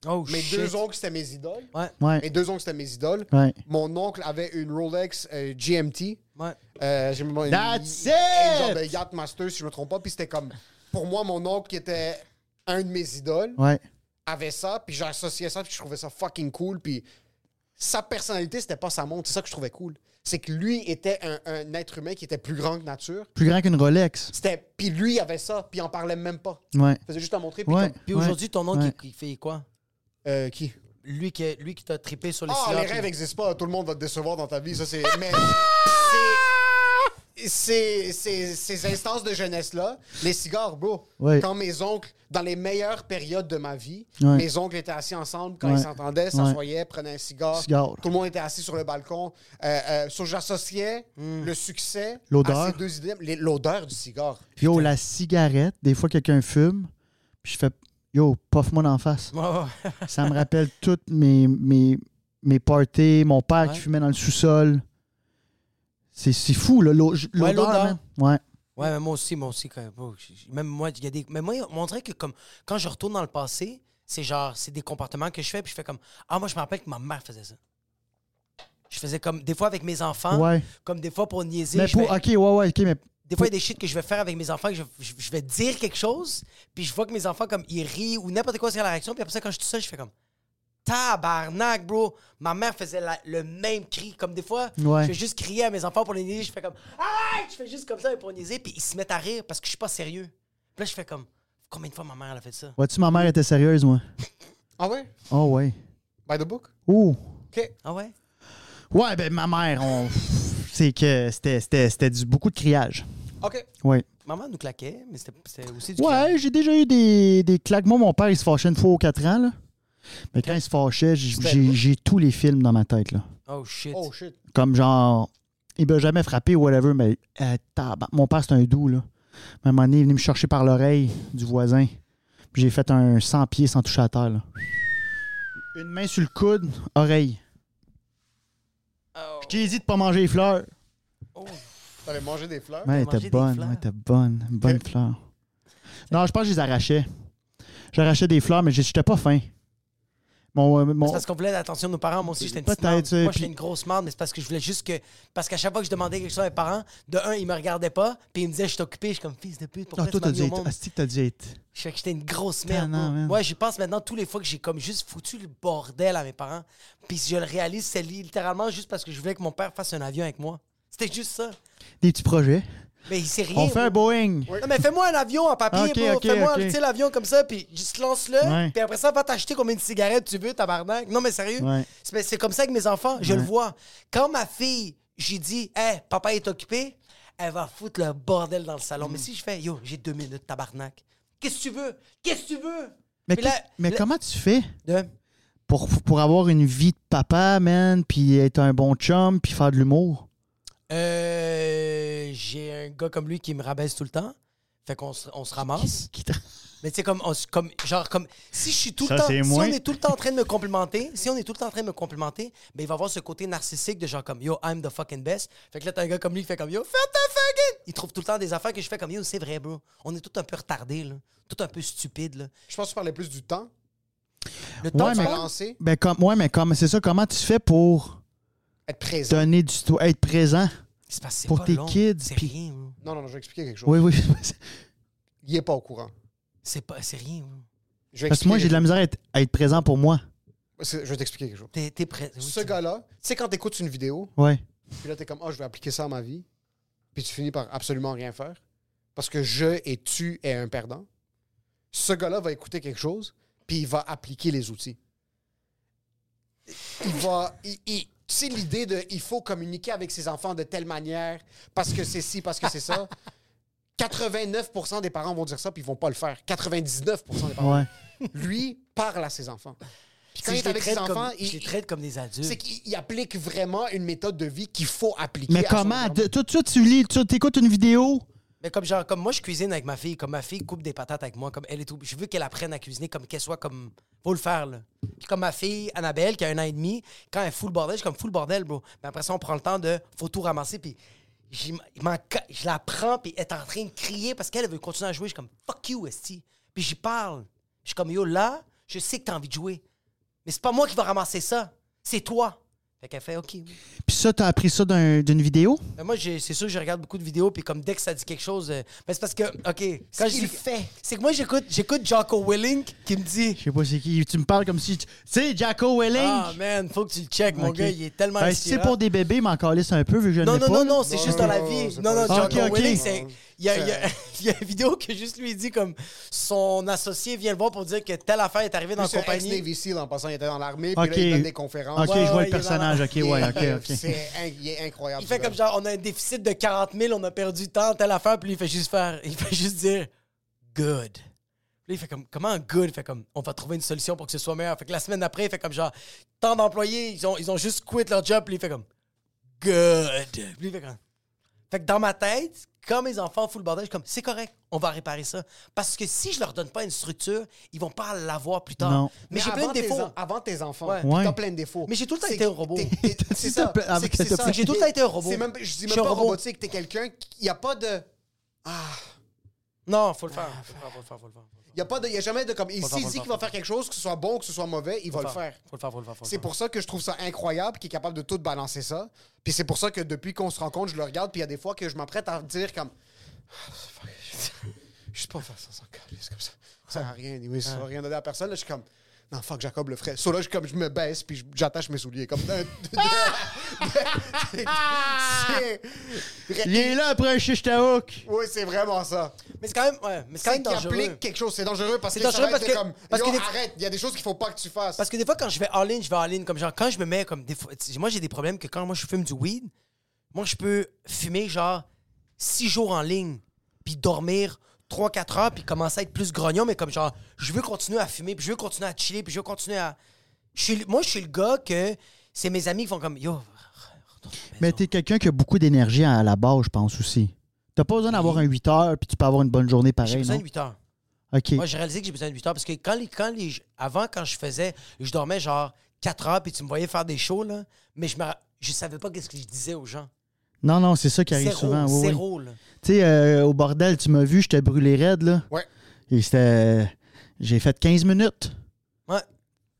Speaker 2: Oh,
Speaker 3: Mes
Speaker 2: shit.
Speaker 3: deux oncles, c'était mes idoles.
Speaker 2: Ouais,
Speaker 4: Ouais,
Speaker 3: Mes deux oncles, c'était mes idoles.
Speaker 4: ouais.
Speaker 3: Mon oncle avait une Rolex euh, GMT.
Speaker 2: ouais.
Speaker 3: Euh, j'ai même-
Speaker 4: That's
Speaker 3: une- une
Speaker 4: it!
Speaker 3: genre de Yacht Master, si je me trompe pas. Puis c'était comme, pour moi, mon oncle qui était un de mes idoles
Speaker 4: Ouais.
Speaker 3: avait ça, puis j'associais ça, puis je trouvais ça fucking cool. Puis sa personnalité, c'était pas sa montre. C'est ça que je trouvais cool. c'est que lui était un, un être humain qui était plus grand que nature.
Speaker 4: Plus grand qu'une Rolex.
Speaker 3: C'était, puis lui il avait ça, puis il en parlait même pas.
Speaker 4: Ouais.
Speaker 3: Il faisait juste à montrer. Puis
Speaker 4: Ouais.
Speaker 3: comme-
Speaker 2: Puis
Speaker 4: ouais,
Speaker 2: aujourd'hui, ton oncle,
Speaker 4: ouais.
Speaker 2: il- il fait quoi?
Speaker 3: Euh, qui
Speaker 2: Lui qui, lui qui t'a trippé sur les
Speaker 3: Ah,
Speaker 2: cigares,
Speaker 3: les
Speaker 2: puis-
Speaker 3: rêves n'existent pas. Tout le monde va te décevoir dans ta vie. Ça, c'est. Mais. c'est- c'est- c'est- Ces instances de jeunesse-là, les cigares, bro.
Speaker 4: Ouais.
Speaker 3: Quand mes oncles, dans les meilleures périodes de ma vie,
Speaker 4: Ouais.
Speaker 3: mes oncles étaient assis ensemble. Quand
Speaker 4: Ouais.
Speaker 3: ils s'entendaient, s'assoyaient, prenaient un cigare.
Speaker 4: Cigare.
Speaker 3: Tout le monde était assis sur le balcon. Euh, euh, so, J'associais le succès
Speaker 4: L'odeur.
Speaker 3: à ces deux idées. Les- L'odeur du cigare.
Speaker 4: Yo, la cigarette, des fois quelqu'un fume, puis je fais Yo, puff-moi d'en face.
Speaker 2: Ouais, ouais.
Speaker 4: Ça me rappelle toutes mes, mes, mes parties, mon père
Speaker 2: Ouais.
Speaker 4: qui fumait dans le sous-sol. C'est c'est fou, là, l'o- j-
Speaker 2: Ouais,
Speaker 4: l'odeur.
Speaker 2: l'odeur.
Speaker 4: man. Ouais.
Speaker 2: Ouais, mais moi aussi, moi aussi. Quand, moi, j- j- même moi, il y a des. Mais moi, on dirait que comme, quand je retourne dans le passé, c'est genre, c'est des comportements que je fais, puis je fais comme. Ah, moi, je me rappelle que ma mère faisait ça. Je faisais comme. Des fois avec mes enfants,
Speaker 4: Ouais.
Speaker 2: comme des fois pour niaiser.
Speaker 4: Mais
Speaker 2: Hein? je
Speaker 4: pour,
Speaker 2: fais-
Speaker 4: ok, ouais, ouais, ok, mais
Speaker 2: Des fois, il y a des shit que je vais faire avec mes enfants, que je, je- je vais dire quelque chose, puis je vois que mes enfants, comme, ils rient ou n'importe quoi, c'est la réaction. Puis après ça, quand je suis tout seul, je fais comme, tabarnak, bro. Ma mère faisait la- le même cri. Comme des fois,
Speaker 4: Ouais.
Speaker 2: je vais juste crier à mes enfants pour les niaiser. Je fais comme, arrête! Je fais juste comme ça pour niaiser, puis ils se mettent à rire parce que je suis pas sérieux. Puis là, je fais comme, combien de fois ma mère, elle a fait ça?
Speaker 4: vois-tu, ma mère était sérieuse, moi.
Speaker 3: Ah ouais?
Speaker 4: Oh, ouais.
Speaker 3: By the book?
Speaker 4: Oh.
Speaker 3: OK.
Speaker 2: Ah ouais?
Speaker 4: Ouais, ben, ma mère, on. C'est que c'était- c'était c'était du beaucoup de criage.
Speaker 3: OK.
Speaker 4: Ouais.
Speaker 2: Maman nous claquait, mais c'était- c'était aussi du cri.
Speaker 4: Ouais, j'ai déjà eu des, des claques. Moi, mon père, il se fâchait une fois aux 4 ans, là. Mais quand il se fâchait, j- j'ai j'ai tous les films dans ma tête, là.
Speaker 2: Oh shit.
Speaker 3: Oh shit.
Speaker 4: Comme genre, il m'a jamais frappé ou whatever, mais euh, tabarnak. mon père, c'est un doux, là. À un moment donné, il est venu me chercher par l'oreille du voisin. Puis j'ai fait un 100 pieds sans toucher à terre, là. Une main sur le coude, oreille. Je t'ai dit de pas manger les fleurs.
Speaker 3: T'avais mangé des fleurs?
Speaker 4: Ouais, elle
Speaker 2: manger
Speaker 4: était
Speaker 2: des
Speaker 4: bonne,
Speaker 2: fleurs.
Speaker 4: ouais, elle était bonne. Une Bonne fleur. Non, je pense que je les arrachais. J'arrachais des fleurs, mais j'étais pas fin. Mon, euh, mon-
Speaker 2: C'est parce qu'on voulait l'attention de nos parents. Moi aussi, j'étais une
Speaker 4: Peut-être,
Speaker 2: petite merde.
Speaker 4: tu sais,
Speaker 2: Moi, j'étais
Speaker 4: puis-
Speaker 2: une grosse merde, mais c'est parce que je voulais juste que. Parce qu'à chaque fois que je demandais quelque chose à mes parents, de un, ils me regardaient pas, puis ils me disaient, je suis occupé. Je suis comme, fils de pute, pourquoi
Speaker 4: Ah, toi,
Speaker 2: tu m'as
Speaker 4: t'as
Speaker 2: mis
Speaker 4: dû
Speaker 2: au
Speaker 4: être.
Speaker 2: monde?
Speaker 4: Asti, que t'as dû être.
Speaker 2: Je fais que j'étais une grosse merde.
Speaker 4: Tannant,
Speaker 2: moi.
Speaker 4: man.
Speaker 2: Moi, j'y pense maintenant tous les fois que j'ai comme juste foutu le bordel à mes parents. Puis je le réalise, c'est littéralement juste parce que je voulais que mon père fasse un avion avec moi. C'était juste ça.
Speaker 4: Des petits projets.
Speaker 2: Mais il s'est rien.
Speaker 4: On fait un Boeing.
Speaker 2: Non, mais fais-moi un avion en papier,
Speaker 4: Ok,
Speaker 2: bro.
Speaker 4: ok,
Speaker 2: fais-moi
Speaker 4: ok.
Speaker 2: tu sais, l'avion comme ça, puis juste lance-le.
Speaker 4: Ouais.
Speaker 2: Puis après ça, va t'acheter combien de cigarettes tu veux, tabarnak. Non, mais sérieux.
Speaker 4: Ouais.
Speaker 2: C'est mais c'est comme ça avec mes enfants, je le vois. Quand ma fille, j'ai dit, hey, papa est occupé, elle va foutre le bordel dans le salon.
Speaker 4: Mm.
Speaker 2: Mais si je fais, yo, j'ai deux minutes, tabarnak. Qu'est-ce que tu veux? Qu'est-ce que tu veux?
Speaker 4: Mais,
Speaker 2: Puis
Speaker 4: qu'est-
Speaker 2: là-
Speaker 4: mais
Speaker 2: là-
Speaker 4: comment tu fais
Speaker 2: De-
Speaker 4: pour, pour avoir une vie de papa, man, puis être un bon chum, puis faire de l'humour?
Speaker 2: Euh, j'ai un gars comme lui qui me rabaisse tout le temps. Fait qu'on se, on se ramasse.
Speaker 4: Qui t'a-
Speaker 2: Mais tu sais, comme, on se- comme, genre, comme, si je suis tout
Speaker 4: Ça,
Speaker 2: le temps,
Speaker 4: c'est
Speaker 2: si
Speaker 4: moi.
Speaker 2: on est tout le temps en train de me complimenter, si on est tout le temps en train de me complimenter, ben, il va avoir ce côté narcissique de genre comme, yo, I'm the fucking best. Fait que là, t'as un gars comme lui qui fait comme, yo, fais ta fucking! Il trouve tout le temps des affaires que je fais comme, yo, c'est vrai, bro. On est tout un peu retardés, là. Tout un peu stupide, là.
Speaker 3: Je pense que tu parlais plus du temps.
Speaker 2: Le temps,
Speaker 4: Ouais,
Speaker 2: tu
Speaker 4: mais-
Speaker 2: parles-
Speaker 3: Balancer,
Speaker 4: Ben, comme, ouais, mais comme, c'est ça, comment tu fais pour
Speaker 3: être présent.
Speaker 4: donner du toi, être présent?
Speaker 2: c'est parce que c'est
Speaker 4: Pour
Speaker 2: pas
Speaker 4: tes
Speaker 2: long.
Speaker 4: kids,
Speaker 2: C'est
Speaker 4: puis-
Speaker 2: rien, bro.
Speaker 3: Non, non, non, je vais expliquer quelque chose.
Speaker 4: Oui, oui.
Speaker 3: Il est pas au courant.
Speaker 2: C'est pas, c'est rien, bro.
Speaker 3: Je vais
Speaker 4: Parce que moi, j'ai de la misère à être, à être présent pour moi.
Speaker 3: C'est- Je vais t'expliquer quelque chose.
Speaker 2: T'es, t'es prêt. oui,
Speaker 4: Ben
Speaker 3: Ce
Speaker 2: tu-
Speaker 3: gars-là, tu sais, quand t'écoutes une vidéo,
Speaker 4: Ouais.
Speaker 3: puis là, t'es comme, oh, je vais appliquer ça à ma vie, puis tu finis par absolument rien faire, parce que je et tu est un perdant. Ce gars-là va écouter quelque chose, puis il va appliquer les outils. Il va. il- il- tu sais, l'idée de il faut communiquer avec ses enfants de telle manière, parce que c'est ci, parce que c'est ça. 89% des parents vont dire ça, puis ils vont pas le faire. 99% des
Speaker 2: Ah
Speaker 3: parents.
Speaker 4: Ouais.
Speaker 3: Lui parle à ses enfants. Puis quand
Speaker 2: Si
Speaker 3: il
Speaker 2: je les
Speaker 3: est avec ses
Speaker 2: traite comme-
Speaker 3: enfants,
Speaker 2: je les
Speaker 3: il,
Speaker 2: traite comme des adultes.
Speaker 3: c'est qu'il il applique vraiment une méthode de vie qu'il faut appliquer.
Speaker 4: Mais
Speaker 3: à son
Speaker 4: comment?
Speaker 3: environnement.
Speaker 4: De- Tout de suite, tu lis, tu écoutes une vidéo.
Speaker 2: Mais comme genre comme moi je cuisine avec ma fille, comme ma fille coupe des patates avec moi, comme elle est tout, je veux qu'elle apprenne à cuisiner comme qu'elle soit comme faut le faire là. Puis comme ma fille Annabelle qui a un an et demi, quand elle fout le bordel, je suis comme fout le bordel bro. Mais après ça on prend le temps de faut tout ramasser puis j'y m- il m'en ca- je la prends puis elle est en train de crier parce qu'elle elle veut continuer à jouer, je suis comme fuck you esti. Puis j'y parle. Je suis comme yo là, je sais que t'as envie de jouer. Mais c'est pas moi qui va ramasser ça, c'est toi. Fait qu'elle fait OK. oui.
Speaker 4: Puis ça, t'as appris ça d'un- d'une vidéo?
Speaker 2: Mais Ben, moi, j'ai- c'est sûr que je regarde beaucoup de vidéos, puis comme dès que ça dit quelque chose. euh, mais c'est parce que, OK, quand je dis- C'est que moi, j'écoute, j'écoute Jocko Willink qui me dit
Speaker 4: Je sais pas c'est qui. Tu me parles comme si... Tu tu sais, Jacko Welling!
Speaker 2: Ah, man, faut que tu le checkes, mon
Speaker 4: Ok.
Speaker 2: gars, il est tellement
Speaker 4: Ben, si c'est
Speaker 2: inspirant.
Speaker 4: pour des bébés, m'en calisse un peu, vu que je
Speaker 2: Non,
Speaker 4: l'ai
Speaker 2: non,
Speaker 4: pas.
Speaker 2: non,
Speaker 4: là.
Speaker 2: non, c'est juste dans la
Speaker 3: non,
Speaker 2: vie.
Speaker 3: c'est
Speaker 2: Non, non,
Speaker 3: pas
Speaker 4: ça.
Speaker 2: John
Speaker 4: Ok, ok.
Speaker 2: Willing, c'est. Il y, a, il y a-
Speaker 3: C'est-
Speaker 2: il y a une vidéo que juste lui il dit comme son associé vient le voir pour dire que telle affaire est arrivée dans la
Speaker 3: C'est un
Speaker 2: compagnie.
Speaker 3: ex-Navy Seal, en passant, il était dans l'armée, puis
Speaker 4: OK.
Speaker 3: là, il donne des conférences.
Speaker 4: OK,
Speaker 2: Ouais,
Speaker 4: je
Speaker 2: ouais,
Speaker 4: vois
Speaker 2: il est
Speaker 4: le personnage. OK,
Speaker 3: Il
Speaker 4: ouais,
Speaker 3: est-
Speaker 4: OK, OK.
Speaker 3: C'est in- il est incroyable.
Speaker 2: Il fait
Speaker 3: ce
Speaker 2: comme
Speaker 3: gars.
Speaker 2: genre on a un déficit de 40 000, on a perdu tant, telle affaire, puis lui il fait juste faire, il fait juste dire good. Puis il fait comme comment good, il fait comme on va trouver une solution pour que ce soit meilleur. Fait que la semaine d'après, il fait comme genre tant d'employés, ils ont ils ont juste quitté leur job, puis il fait comme good. Puis il fait comme fait que dans ma tête, quand mes enfants foutent le bordel, je suis comme c'est correct, on va réparer ça parce que si je leur donne pas une structure, ils vont pas l'avoir plus tard.
Speaker 4: Non.
Speaker 2: Mais, j'ai plein
Speaker 3: avant
Speaker 2: de
Speaker 3: tes
Speaker 2: défauts.
Speaker 3: en- avant tes enfants,
Speaker 2: Ouais.
Speaker 3: t'as
Speaker 4: Ouais.
Speaker 3: plein de défauts.
Speaker 2: Mais j'ai tout le temps
Speaker 3: C'est
Speaker 2: été un
Speaker 3: que-
Speaker 2: robot.
Speaker 3: t'es- t'es- C'est ça.
Speaker 4: T'as-
Speaker 3: c'est que
Speaker 4: t'as-
Speaker 3: c'est ça.
Speaker 4: t'as-
Speaker 2: J'ai tout le temps été un robot.
Speaker 3: C'est même, je dis
Speaker 2: Je
Speaker 3: même
Speaker 2: suis
Speaker 3: pas
Speaker 2: un robot.
Speaker 3: robotique, t'es quelqu'un qui. Il n'y a pas de.
Speaker 2: Non, faut le faire, faut le faire, faut le faire, faut le faire. faut le faire.
Speaker 3: Il n'y a, pas de- y a jamais de comme.
Speaker 2: faire,
Speaker 3: S'il
Speaker 2: faut
Speaker 3: dit
Speaker 2: le
Speaker 3: qu'il va
Speaker 2: faire.
Speaker 3: faire quelque chose, que ce soit bon, que ce soit mauvais, il va le faire.
Speaker 2: Faut le faire, faut le faire. faut le
Speaker 3: C'est
Speaker 2: faire.
Speaker 3: pour ça que je trouve ça incroyable qu'il est capable de tout balancer ça. Puis c'est pour ça que depuis qu'on se rencontre, je le regarde, puis il y a des fois que je m'apprête à dire comme. Ah, fuck, Je sais pas faire ça sans calice, comme ça. Ça sert à rien, anyway, ça va rien donner à personne. Là, je suis comme. Non, fuck, Jacob le ferait. So là, je, comme, je me baisse, puis je- j'attache mes souliers. Comme.
Speaker 2: Ah!
Speaker 3: C'est-
Speaker 4: Il est là après un shish taouk.
Speaker 3: Oui, c'est vraiment ça.
Speaker 2: Mais c'est quand même, ouais, mais c'est quand
Speaker 3: C'est
Speaker 2: même
Speaker 3: qu'il
Speaker 2: dangereux.
Speaker 3: applique quelque chose. C'est dangereux parce que
Speaker 2: C'est
Speaker 3: ça
Speaker 2: dangereux
Speaker 3: va être
Speaker 2: parce que-
Speaker 3: comme.
Speaker 2: parce
Speaker 3: Yo,
Speaker 2: que des-
Speaker 3: arrête, il y a des choses qu'il faut pas que tu fasses.
Speaker 2: Parce que des fois, quand je vais en ligne, je vais en ligne. Comme genre, quand je me mets comme des fois, tu sais, moi, j'ai des problèmes que quand moi, je fume du weed, moi, je peux fumer genre six jours en ligne, puis dormir 3-4 heures, puis commencer à être plus grognon, mais comme genre, je veux continuer à fumer, puis je veux continuer à chiller, puis je veux continuer à. Je suis le- moi, je suis le gars que c'est mes amis qui font comme yo. retourne à la
Speaker 4: Mais
Speaker 2: maison.
Speaker 4: t'es quelqu'un qui a beaucoup d'énergie à la base, je pense aussi. T'as pas besoin d'avoir un 8 heures, puis tu peux avoir une bonne journée
Speaker 2: j'ai
Speaker 4: pareille,
Speaker 2: besoin
Speaker 4: non?
Speaker 2: de 8 heures.
Speaker 4: OK.
Speaker 2: Moi, j'ai réalisé que j'ai besoin de 8 heures parce que quand les, quand les, avant, quand je faisais, je dormais genre 4 heures puis tu me voyais faire des shows, là, mais je me, je savais pas qu'est-ce que je disais aux gens.
Speaker 4: Non, non, c'est ça qui arrive
Speaker 2: Zéro,
Speaker 4: souvent. oui, oui.
Speaker 2: zéro, là.
Speaker 4: Tu sais, euh, au bordel, tu m'as vu, j'étais brûlé raide, là.
Speaker 3: Ouais.
Speaker 4: Et c'était... J'ai fait 15 minutes.
Speaker 2: Ouais.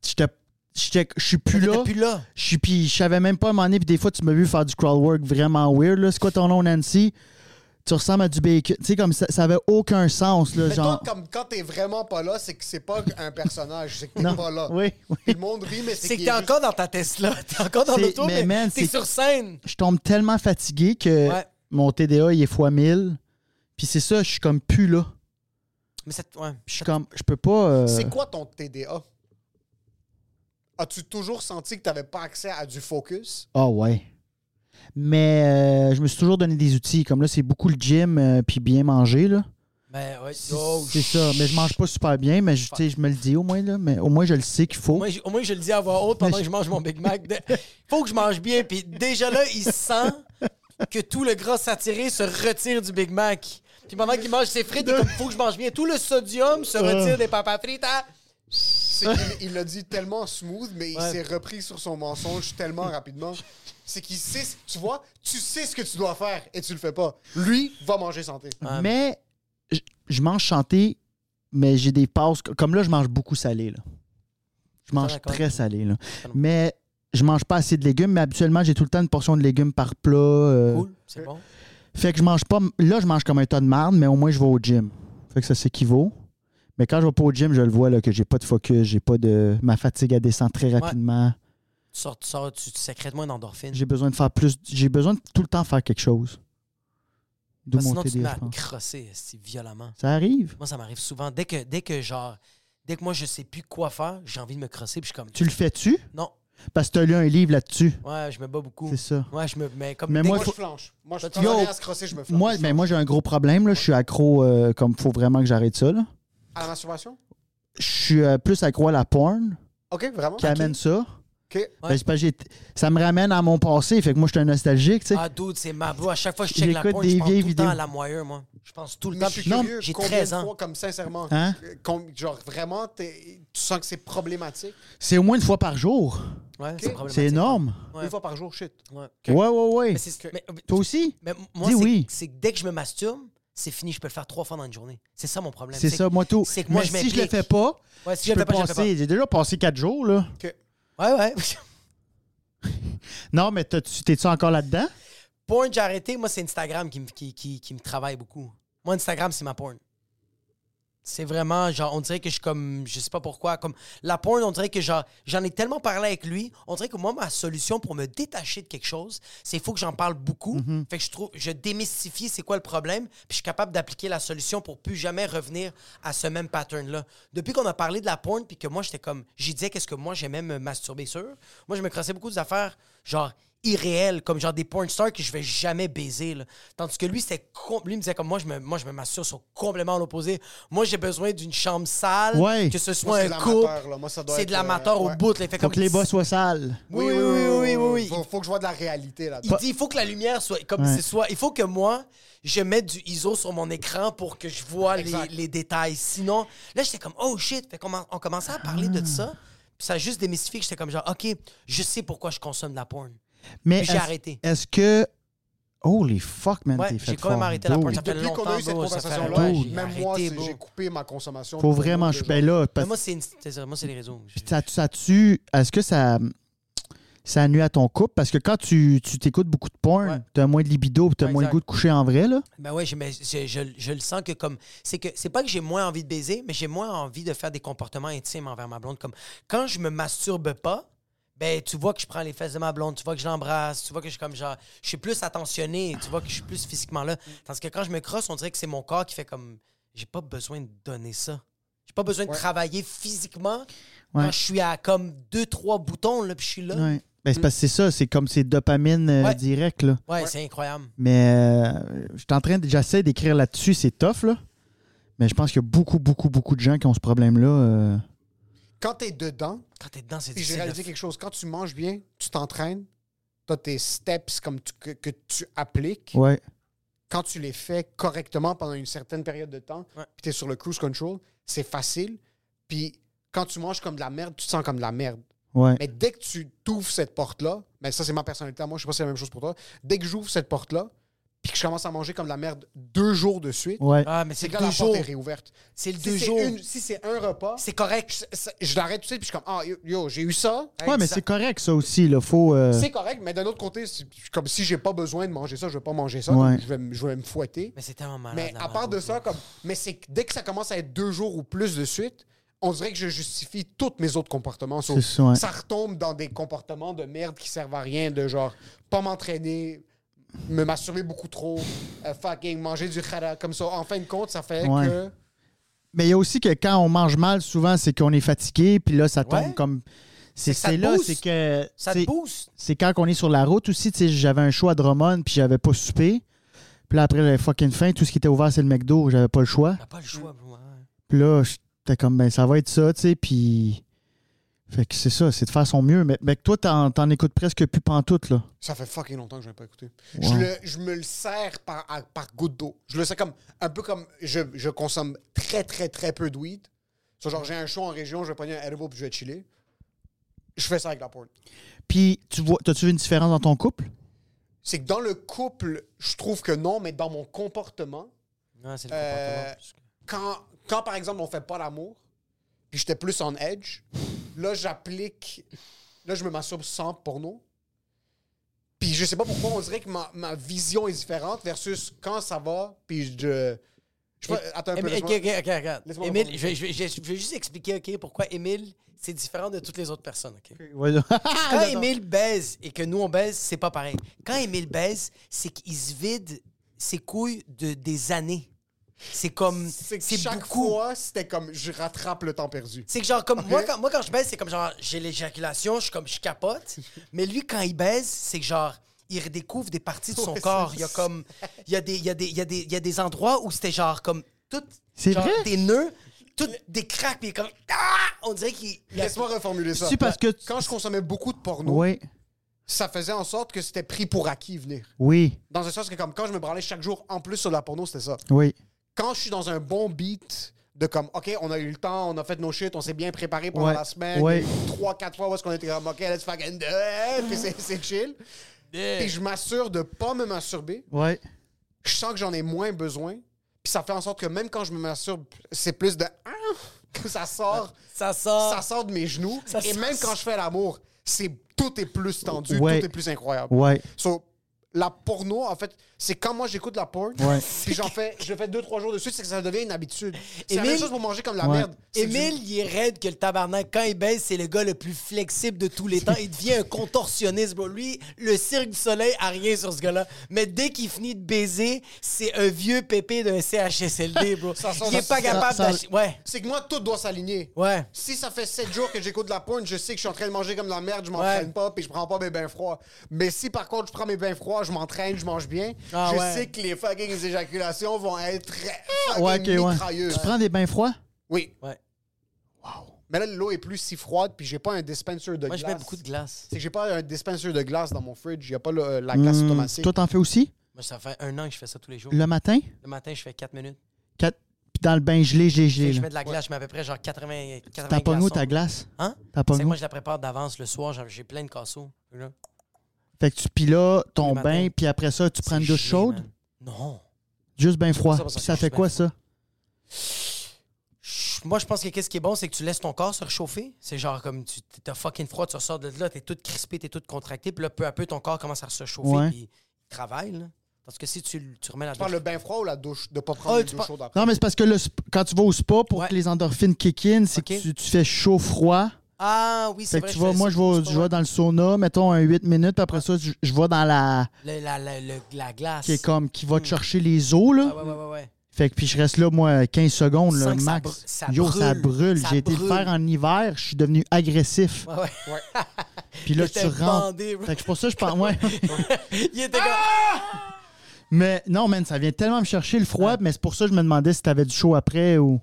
Speaker 4: J'étais... j'étais- Je suis plus
Speaker 2: T'étais
Speaker 4: là.
Speaker 2: plus là.
Speaker 4: Je suis puis je savais même pas à un moment donné, puis des fois tu m'as vu faire du crawl work vraiment weird là. C'est quoi ton nom Nancy Tu ressembles à du bacon. Tu sais comme ça, ça avait aucun sens là,
Speaker 3: Mais
Speaker 4: genre.
Speaker 3: toi, comme quand t'es vraiment pas là, c'est que c'est pas un personnage, c'est que t'es
Speaker 4: Non.
Speaker 3: pas là.
Speaker 4: Oui, oui.
Speaker 3: Puis le monde rit, mais
Speaker 2: C'est
Speaker 3: c'est
Speaker 2: que
Speaker 3: qu'il
Speaker 2: t'es
Speaker 3: est
Speaker 2: encore dans ta Tesla, t'es encore dans
Speaker 4: C'est-
Speaker 2: l'auto,
Speaker 4: mais
Speaker 2: mais,
Speaker 4: man,
Speaker 2: t'es
Speaker 4: c'est- Euh,
Speaker 2: sur scène.
Speaker 4: Je tombe tellement fatigué que
Speaker 2: Ouais.
Speaker 4: mon TDA il est fois 1000. Puis c'est ça, je suis comme plus là.
Speaker 2: Mais ça, ouais.
Speaker 4: Je suis comme je peux pas euh,
Speaker 3: juste- C'est quoi ton TDA? As-tu toujours senti que t'avais pas accès à du focus?
Speaker 4: Ah ouais. Mais euh, je me suis toujours donné des outils comme là c'est beaucoup le gym euh, puis bien manger là.
Speaker 2: Ben, ouais.
Speaker 4: C'est
Speaker 2: Oh,
Speaker 4: c'est ça, mais je mange pas super bien mais je tu sais, je me le dis au moins là, mais au moins je le sais qu'il faut.
Speaker 2: Au moins, je- au moins, je le dis à voix haute pendant
Speaker 4: Mais
Speaker 2: que je mange mon Big Mac. De- Faut que je mange bien. Puis déjà là, il sent que tout le gras saturé se retire du Big Mac. Puis pendant qu'il mange ses frites, il est comme, faut que je mange bien. Tout le sodium se retire des papas frites. hein.
Speaker 3: C'est qu'il- il l'a dit tellement smooth, mais il
Speaker 2: Ouais.
Speaker 3: s'est repris sur son mensonge tellement rapidement. C'est qu'il sait, ce- tu vois, tu sais ce que tu dois faire et tu le fais pas. Lui, va manger santé.
Speaker 2: hein.
Speaker 4: Mais je- je mange chanté, mais j'ai des passes. Comme là, je mange beaucoup salé. Là. Je mange
Speaker 2: d'accord.
Speaker 4: très salé. Là.
Speaker 2: Totalement.
Speaker 4: Mais je mange pas assez de légumes, mais habituellement, j'ai tout le temps une portion de légumes par plat. euh,
Speaker 2: Cool, c'est bon.
Speaker 4: Fait que je mange pas. Là, je mange comme un tas de marde, mais au moins, je vais au gym. Fait que ça s'équivaut. Mais quand je vais pas au gym, je le vois là, que j'ai pas de focus, j'ai pas de. Ma fatigue elle descend très rapidement.
Speaker 2: Tu sors, tu, sors, tu, tu sécrètes moins d'endorphines.
Speaker 4: J'ai besoin de faire plus. J'ai besoin de tout le temps faire quelque chose. D'où
Speaker 2: Parce que Sinon,
Speaker 4: mon
Speaker 2: tu te
Speaker 4: TDA,
Speaker 2: mets
Speaker 4: je
Speaker 2: à
Speaker 4: pense.
Speaker 2: crosser esti, violemment.
Speaker 4: Ça arrive.
Speaker 2: Moi, ça m'arrive souvent. Dès que, dès que genre, dès que moi, je sais plus quoi faire, j'ai envie de me crosser. Puis je suis comme,
Speaker 4: Tu le fais-tu?
Speaker 2: non,
Speaker 4: Parce que t'as lu un livre là-dessus.
Speaker 2: ouais, je me bats beaucoup.
Speaker 4: C'est ça.
Speaker 2: Ouais, je me mets comme.
Speaker 4: Mais
Speaker 2: dès
Speaker 3: Moi,
Speaker 4: Moi,
Speaker 2: que-
Speaker 3: je
Speaker 4: faut-
Speaker 3: flanche. Moi, je
Speaker 2: Yo.
Speaker 3: suis donné à se crosser, je me flanche.
Speaker 4: Moi, ben moi j'ai un gros problème. Là. Je suis accro, euh, comme faut vraiment que j'arrête ça. Là.
Speaker 3: À la masturbation?
Speaker 4: Je suis euh, plus accro à la porn
Speaker 3: OK, vraiment?
Speaker 4: qui amène ça.
Speaker 3: OK.
Speaker 2: Ouais.
Speaker 4: Ben, c'est parce que j'ai- ça me ramène à mon passé. Fait que moi, je suis un nostalgique. tu sais.
Speaker 2: Ah, dude, c'est ma bro. À chaque fois que je check la
Speaker 4: J'écoute
Speaker 2: pointe,
Speaker 4: des
Speaker 2: je pense tout
Speaker 4: vieilles
Speaker 2: le temps
Speaker 4: vidéos.
Speaker 2: à la moyeur, moi. Je pense tout le
Speaker 3: Mais
Speaker 2: temps.
Speaker 3: je suis
Speaker 2: puis-
Speaker 3: curieux,
Speaker 2: j'ai
Speaker 3: combien
Speaker 2: 13
Speaker 3: de
Speaker 2: ans.
Speaker 3: fois, comme sincèrement,
Speaker 2: Ah.
Speaker 4: Hein?
Speaker 3: euh, com- genre vraiment, t'es- tu sens que c'est problématique?
Speaker 4: C'est au moins une fois par jour.
Speaker 2: Ouais,
Speaker 3: C'est
Speaker 2: problématique.
Speaker 4: C'est énorme.
Speaker 2: Ouais.
Speaker 3: Une fois par jour, shit.
Speaker 2: Ouais.
Speaker 4: Ouais, ouais, ouais.
Speaker 2: Mais c'est- mais- mais-
Speaker 4: Toi aussi?
Speaker 2: mais moi,
Speaker 4: Dis
Speaker 2: c'est
Speaker 4: oui.
Speaker 2: c'est que dès que je me masturbe, c'est fini. Je peux le faire trois fois dans une journée. C'est ça mon problème.
Speaker 4: C'est ça, moi tout.
Speaker 2: c'est que moi,
Speaker 4: Mais
Speaker 2: je
Speaker 4: si je le
Speaker 2: m'implique.
Speaker 4: fais pas,
Speaker 2: Ouais, si
Speaker 4: je
Speaker 2: je le
Speaker 4: peux
Speaker 2: fais pas, je le fais
Speaker 4: passer. J'ai déjà passé quatre jours. là.
Speaker 2: pas. Ouais, ouais.
Speaker 4: Non, mais t'as-tu- t'es-tu encore là-dedans?
Speaker 2: Porn, j'ai arrêté. Moi, c'est Instagram qui me, qui, qui, qui me travaille beaucoup. Moi, Instagram, c'est ma porn. C'est vraiment, genre, on dirait que je suis comme, je sais pas pourquoi, comme la porn, on dirait que genre, j'en ai tellement parlé avec lui, on dirait que moi, ma solution pour me détacher de quelque chose, c'est il faut que j'en parle beaucoup. Fait que je trouve, je démystifie c'est quoi le problème, puis je suis capable d'appliquer la solution pour plus jamais revenir à ce même pattern-là. Depuis qu'on a parlé de la porn, puis que moi, j'étais comme, j'y disais qu'est-ce que moi, j'aimais me masturber sur, moi, je me crossais beaucoup des affaires, genre, irréel, comme genre des porn stars que je vais jamais baiser. là. Tandis que lui, c'était com- lui me disait comme moi, je me, moi, je me m'assure sur complètement l'opposé. Moi, j'ai besoin d'une chambre sale,
Speaker 4: Ouais.
Speaker 2: que ce soit
Speaker 3: Moi, c'est de
Speaker 2: un
Speaker 3: l'amateur,
Speaker 2: couple.
Speaker 3: là. Moi, ça doit
Speaker 2: C'est
Speaker 3: être,
Speaker 2: de l'amateur
Speaker 3: euh,
Speaker 2: au
Speaker 3: ouais.
Speaker 2: bout. là. Il fait
Speaker 4: Faut
Speaker 2: comme-
Speaker 4: que les bas soient sales.
Speaker 2: Oui, oui, oui, oui, oui, oui.
Speaker 3: Faut, faut que je vois de la réalité là-dedans.
Speaker 2: Il dit il faut que la lumière soit comme
Speaker 4: Ouais.
Speaker 2: c'est soit. Il faut que moi je mette du ISO sur mon écran pour que je vois les,
Speaker 3: Exact.
Speaker 2: les détails. Sinon, là j'étais comme oh shit. Fait qu'on m'en- on commençait à parler
Speaker 4: Ah.
Speaker 2: de ça. Puis ça a juste démystifié que j'étais comme genre ok, je sais pourquoi je consomme de la porn.
Speaker 4: Mais
Speaker 2: Puis j'ai
Speaker 4: est-ce-
Speaker 2: arrêté.
Speaker 4: Est-ce que. Holy fuck, man,
Speaker 2: Ouais,
Speaker 4: t'es
Speaker 2: j'ai
Speaker 4: fait
Speaker 2: quand même
Speaker 4: fort.
Speaker 2: arrêté la
Speaker 4: Dude.
Speaker 2: porn. Ça fait
Speaker 3: Depuis qu'on
Speaker 2: longtemps.
Speaker 3: a eu cette
Speaker 2: bro, ça fait
Speaker 3: conversation-là,
Speaker 2: longtemps,
Speaker 4: Dude.
Speaker 2: j'ai
Speaker 3: même moi,
Speaker 2: arrêté,
Speaker 3: c'est-
Speaker 2: bro.
Speaker 3: j'ai coupé ma consommation.
Speaker 4: Faut
Speaker 3: de
Speaker 4: vraiment,
Speaker 3: porno
Speaker 4: je suis
Speaker 3: déjà.
Speaker 4: ben là.
Speaker 2: Mais
Speaker 4: Parce...
Speaker 2: moi, c'est une- c'est ça, moi, c'est les réseaux. J'ai-
Speaker 4: Ça, ça tue. Est-ce que ça. Ça nuit à ton couple? Parce que quand tu tu t'écoutes beaucoup de porn,
Speaker 2: Ouais.
Speaker 4: t'as moins de libido, puis t'as
Speaker 2: Ouais,
Speaker 4: moins le
Speaker 2: exact.
Speaker 4: goût de coucher en vrai, là.
Speaker 2: Ben ouais, j'ai- mais je, je- je le sens que comme c'est que c'est pas que j'ai moins envie de baiser, mais j'ai moins envie de faire des comportements intimes envers ma blonde. Comme quand je me masturbe pas, ben tu vois que je prends les fesses de ma blonde, tu vois que je l'embrasse, tu vois que je suis comme genre je suis plus attentionné, tu vois que je suis plus physiquement là. Tandis que quand je me crosse, on dirait que c'est mon corps qui fait comme j'ai pas besoin de donner ça. J'ai pas besoin de travailler physiquement
Speaker 4: Ouais.
Speaker 2: quand je suis à comme deux trois boutons là puis je suis là. Ouais,
Speaker 4: Ouais. Ben, c'est parce que c'est ça, c'est comme c'est dopamine euh,
Speaker 2: Ouais.
Speaker 4: directe, là.
Speaker 2: c'est incroyable.
Speaker 4: Mais euh, je suis en train de- j'essaie d'écrire là-dessus, c'est tough, là. Mais je pense qu'il y a beaucoup, beaucoup, beaucoup de gens qui ont ce problème-là. euh.
Speaker 3: Quand t'es dedans,
Speaker 2: Quand t'es dedans, c'est
Speaker 3: puis j'ai
Speaker 2: difficile.
Speaker 3: réalisé
Speaker 2: de-
Speaker 3: quelque chose. Quand tu manges bien, tu t'entraînes, t'as tes steps comme tu- que, que tu appliques.
Speaker 4: Ouais.
Speaker 3: Quand tu les fais correctement pendant une certaine période de temps,
Speaker 2: Ouais.
Speaker 3: puis t'es sur le cruise control, c'est facile. Puis quand tu manges comme de la merde, tu te sens comme de la merde.
Speaker 4: Ouais.
Speaker 3: Mais dès que tu t'ouvres cette porte-là, mais ça, c'est ma personnalité à moi, je sais pas si c'est la même chose pour toi. Dès que j'ouvre cette porte-là, puis que je commence à manger comme de la merde deux jours de suite,
Speaker 4: Ouais.
Speaker 2: Ah, mais c'est
Speaker 3: c'est
Speaker 2: le
Speaker 3: quand la
Speaker 2: deux
Speaker 3: porte
Speaker 2: jours.
Speaker 3: est réouverte.
Speaker 2: C'est le
Speaker 3: Si
Speaker 2: deux
Speaker 3: c'est
Speaker 2: jours.
Speaker 3: une- si c'est un repas,
Speaker 2: C'est correct.
Speaker 3: je, ça- je l'arrête tout de suite, puis je suis comme, ah, yo, yo, j'ai eu ça.
Speaker 4: Ouais, mais c'est correct, ça aussi, là. Faut. euh,
Speaker 3: C'est correct, mais d'un autre côté, c'est comme si j'ai pas besoin de manger ça, je vais pas manger ça,
Speaker 4: Ouais.
Speaker 3: donc je, vais, me- je vais me fouetter.
Speaker 2: Mais c'est tellement malade.
Speaker 3: Mais
Speaker 2: la
Speaker 3: à part de
Speaker 2: malbouffe,
Speaker 3: ça,
Speaker 2: là.
Speaker 3: comme, mais c'est dès que ça commence à être deux jours ou plus de suite, on dirait que je justifie tous mes autres comportements. So,
Speaker 4: C'est ça, ouais.
Speaker 3: Ça retombe dans des comportements de merde qui servent à rien, de genre pas m'entraîner, me masturber beaucoup trop, euh, fucking manger du khara comme ça. En fin de compte, ça fait
Speaker 4: Ouais.
Speaker 3: que
Speaker 4: Mais il y a aussi que quand on mange mal, souvent, c'est qu'on est fatigué, puis là, ça tombe
Speaker 2: Ouais.
Speaker 4: comme. C'est
Speaker 2: que ça
Speaker 4: c'est
Speaker 2: te
Speaker 4: là,
Speaker 2: booste.
Speaker 4: c'est que.
Speaker 2: Ça
Speaker 4: c'est-
Speaker 2: te booste.
Speaker 4: C'est quand on est sur la route aussi, tu sais, j'avais un choix de Drummond, puis j'avais pas soupé. Puis là, après la fucking fin, tout ce qui était ouvert, c'est le McDo, j'avais pas le choix.
Speaker 2: T'as pas le choix,
Speaker 3: Mm.
Speaker 2: bro. hein.
Speaker 4: Puis là, j'étais comme, ben, ça va être ça, tu sais, puis... Fait que c'est ça, c'est de faire son mieux. Mais, mais que toi, t'en, t'en écoutes presque plus pantoute, là.
Speaker 3: ça fait fucking longtemps que je n'ai pas écouté.
Speaker 4: Wow.
Speaker 3: Je, le- je me le sers par, à- par goutte d'eau. Je le sers comme un peu comme je, je consomme très, très, très peu de weed. So, genre, j'ai un show en région, je vais prendre un edible puis je vais chiller. Je fais ça avec la porte.
Speaker 4: Puis, tu vois, t'as-tu vu une différence dans ton couple?
Speaker 3: C'est que dans le couple, je trouve que non, mais dans mon comportement,
Speaker 2: Non, c'est le
Speaker 3: Euh,
Speaker 2: comportement.
Speaker 3: quand, quand par exemple on fait pas l'amour, puis j'étais plus en edge, là j'applique, là je me masturbe sans porno. Puis je sais pas pourquoi on dirait que ma, ma vision est différente versus quand ça va, puis je. je sais pas, attends un peu.
Speaker 2: Émile,
Speaker 3: laisse-moi-
Speaker 2: ok, ok, ok, regarde.
Speaker 3: Laisse-moi
Speaker 2: Émile,
Speaker 3: répondre.
Speaker 2: je, vais- je vais- je vais- je vais juste expliquer, OK, pourquoi Émile, c'est différent de toutes les autres personnes, OK?
Speaker 4: Ouais, là.
Speaker 3: Ah,
Speaker 2: Quand Émile baise et que nous, on baise, c'est pas pareil. Quand Émile baise, c'est qu'il se vide ses couilles de, des années. C'est comme...
Speaker 3: C'est que
Speaker 2: C'est
Speaker 3: chaque
Speaker 2: beaucoup.
Speaker 3: fois, c'était comme je rattrape le temps perdu.
Speaker 2: C'est que genre, comme moi, quand, moi, quand je baise, c'est comme genre, j'ai l'éjaculation, je suis comme, je capote. Mais lui, quand il baise, c'est que genre, il redécouvre des parties de son
Speaker 3: Ouais,
Speaker 2: corps.
Speaker 3: c'est
Speaker 2: Il y a comme, il y a des, il y a des, il y a des, il y a des endroits où c'était genre, comme, tout,
Speaker 4: C'est
Speaker 2: genre,
Speaker 4: vrai?
Speaker 2: des nœuds, tout, des craques, puis il est comme, ah! On dirait qu'il. il a-
Speaker 3: Laisse-moi reformuler ça.
Speaker 4: C'est parce que tu-
Speaker 3: Quand je consommais beaucoup de porno,
Speaker 4: Oui,
Speaker 3: ça faisait en sorte que c'était pris pour acquis venir.
Speaker 4: oui,
Speaker 3: Dans un sens que comme quand je me branlais chaque jour en plus sur la porno, c'était ça.
Speaker 4: oui.
Speaker 3: quand je suis dans un bon beat de comme, OK, on a eu le temps, on a fait nos shit, on s'est bien préparé pendant
Speaker 4: Ouais,
Speaker 3: la semaine,
Speaker 4: ouais.
Speaker 3: trois, quatre fois où est-ce qu'on était comme, OK, let's fucking do it, puis c'est- c'est chill. Puis je m'assure de pas me masturber.
Speaker 4: Ouais.
Speaker 3: Je sens que j'en ai moins besoin. Puis ça fait en sorte que même quand je me masturbe, c'est plus de Ah que ça sort,
Speaker 2: Ça sort.
Speaker 3: ça sort de mes genoux.
Speaker 2: Ah. Ça
Speaker 3: Et
Speaker 2: sort-
Speaker 3: même quand je fais l'amour, c'est tout est plus tendu,
Speaker 4: Ouais.
Speaker 3: tout est plus incroyable.
Speaker 4: Ouais.
Speaker 3: So, la porno, en fait, c'est quand moi j'écoute la porn,
Speaker 4: Ouais.
Speaker 3: puis j'en fais, je fais deux, trois jours de suite, c'est que ça devient une habitude. C'est la
Speaker 2: Émile-
Speaker 3: même chose pour manger comme la
Speaker 4: Ouais.
Speaker 3: merde. C'est du-
Speaker 2: Émile, il est raide que le tabarnak. Quand il baisse, c'est le gars le plus flexible de tous les temps. Il devient un contorsionniste, bro. Lui, le cirque du soleil a rien sur ce gars-là. Mais dès qu'il finit de baiser, c'est un vieux pépé d'un CHSLD, bro.
Speaker 3: sort-
Speaker 2: il est pas
Speaker 3: ça-
Speaker 2: capable
Speaker 4: ça-
Speaker 2: d'acheter. Ouais,
Speaker 3: C'est que moi, tout doit s'aligner.
Speaker 2: ouais.
Speaker 3: Si ça fait 7 jours que j'écoute de la porn, je sais que je suis en train de manger comme de la merde, je m'entraîne
Speaker 2: Ouais.
Speaker 3: pas, puis je prends pas mes bains froids. Mais si par contre je prends mes bains froids, je m'entraîne, je mange bien,
Speaker 2: Ah
Speaker 3: je
Speaker 2: ouais.
Speaker 3: sais que les fucking éjaculations vont être
Speaker 2: Ah,
Speaker 3: fucking
Speaker 4: Ouais, ok, ouais.
Speaker 3: mitrailleuses.
Speaker 4: Tu prends des bains froids?
Speaker 3: Oui.
Speaker 2: Ouais.
Speaker 3: Mais là, l'eau est plus si froide, puis j'ai pas un dispenser de
Speaker 2: Moi,
Speaker 3: glace.
Speaker 2: je mets beaucoup de glace.
Speaker 3: C'est que j'ai pas un dispenser de glace dans mon fridge, y a pas le- euh, la
Speaker 2: Hmm,
Speaker 3: glace automatique.
Speaker 4: Hmm, Toi, t'en fais aussi?
Speaker 2: Moi, ça fait un an que je fais ça tous les jours.
Speaker 4: Le matin?
Speaker 2: Le matin, je fais 4 minutes.
Speaker 4: Quatre- Puis dans le bain gelé, gelé, gelé.
Speaker 2: je
Speaker 4: là.
Speaker 2: mets de la glace, je mets à peu près genre 80, 80
Speaker 4: T'as pas nous
Speaker 2: glaçons.
Speaker 4: ta glace?
Speaker 2: Hein?
Speaker 4: T'as pas
Speaker 2: C'est que
Speaker 4: nous?
Speaker 2: moi, je la prépare d'avance le soir. j'en- J'ai plein de casseaux. Là,
Speaker 4: Fait que tu puis là ton
Speaker 2: Tous les matins.
Speaker 4: bain, puis après ça, tu prends une
Speaker 2: c'est
Speaker 4: douche
Speaker 2: chiant,
Speaker 4: chaude,
Speaker 2: man. Non.
Speaker 4: juste bain froid.
Speaker 2: Ça, ça,
Speaker 4: Puis
Speaker 2: ça,
Speaker 4: ça
Speaker 2: juste
Speaker 4: fait
Speaker 2: bain
Speaker 4: quoi
Speaker 2: froid.
Speaker 4: ça?
Speaker 2: Chut, Moi, je pense que qu'est-ce qui est bon, c'est que tu laisses ton corps se réchauffer. C'est genre comme tu t'as fucking froid, tu ressors de là, t'es tout crispé, t'es tout contracté, puis là, peu à peu, ton corps commence à se
Speaker 4: Ouais.
Speaker 2: réchauffer, puis il travaille, là. Parce que si tu, le- tu remets la
Speaker 3: Tu parles le
Speaker 2: douche-
Speaker 3: bain froid ou la douche, de pas prendre
Speaker 2: Ah,
Speaker 3: une
Speaker 2: tu
Speaker 3: douche
Speaker 2: par-
Speaker 3: chaude après?
Speaker 4: Non, mais c'est parce que le sp- quand tu vas au spa pour
Speaker 2: Ouais.
Speaker 4: que les endorphines kick in, c'est
Speaker 2: Ok.
Speaker 4: que tu, tu fais chaud-froid.
Speaker 2: Ah oui, c'est
Speaker 4: Fait que
Speaker 2: vrai.
Speaker 4: tu
Speaker 2: je
Speaker 4: vas,
Speaker 2: fais
Speaker 4: moi,
Speaker 2: ça,
Speaker 4: je vais, au-
Speaker 2: c'est
Speaker 4: je
Speaker 2: pas
Speaker 4: vais dans le sauna, mettons un 8 minutes, puis après ça, je, je vais dans la.
Speaker 2: vrai. Le- la, la- le- la glace.
Speaker 4: qui est comme. qui va te chercher les os, là.
Speaker 2: hmm. Ah, ouais, ouais, ouais, ouais.
Speaker 4: Fait que puis je reste là, moi, 15 secondes,
Speaker 2: Tu
Speaker 4: là,
Speaker 2: sens que ça
Speaker 4: max.
Speaker 2: br- ça
Speaker 4: Yo, ça
Speaker 2: brûle.
Speaker 4: brûle.
Speaker 2: Ça
Speaker 4: J'ai été le
Speaker 2: brûle.
Speaker 4: faire en hiver, je suis devenu agressif.
Speaker 2: Ouais, ouais.
Speaker 4: Puis là, tu
Speaker 2: J'étais
Speaker 4: rentres.
Speaker 2: bandé, bro.
Speaker 4: Fait que c'est pour ça que je parle. Ouais.
Speaker 2: Il était comme.
Speaker 4: Mais non, man, ça vient tellement me chercher le froid, mais c'est pour ça que je me demandais si t'avais du chaud après ou.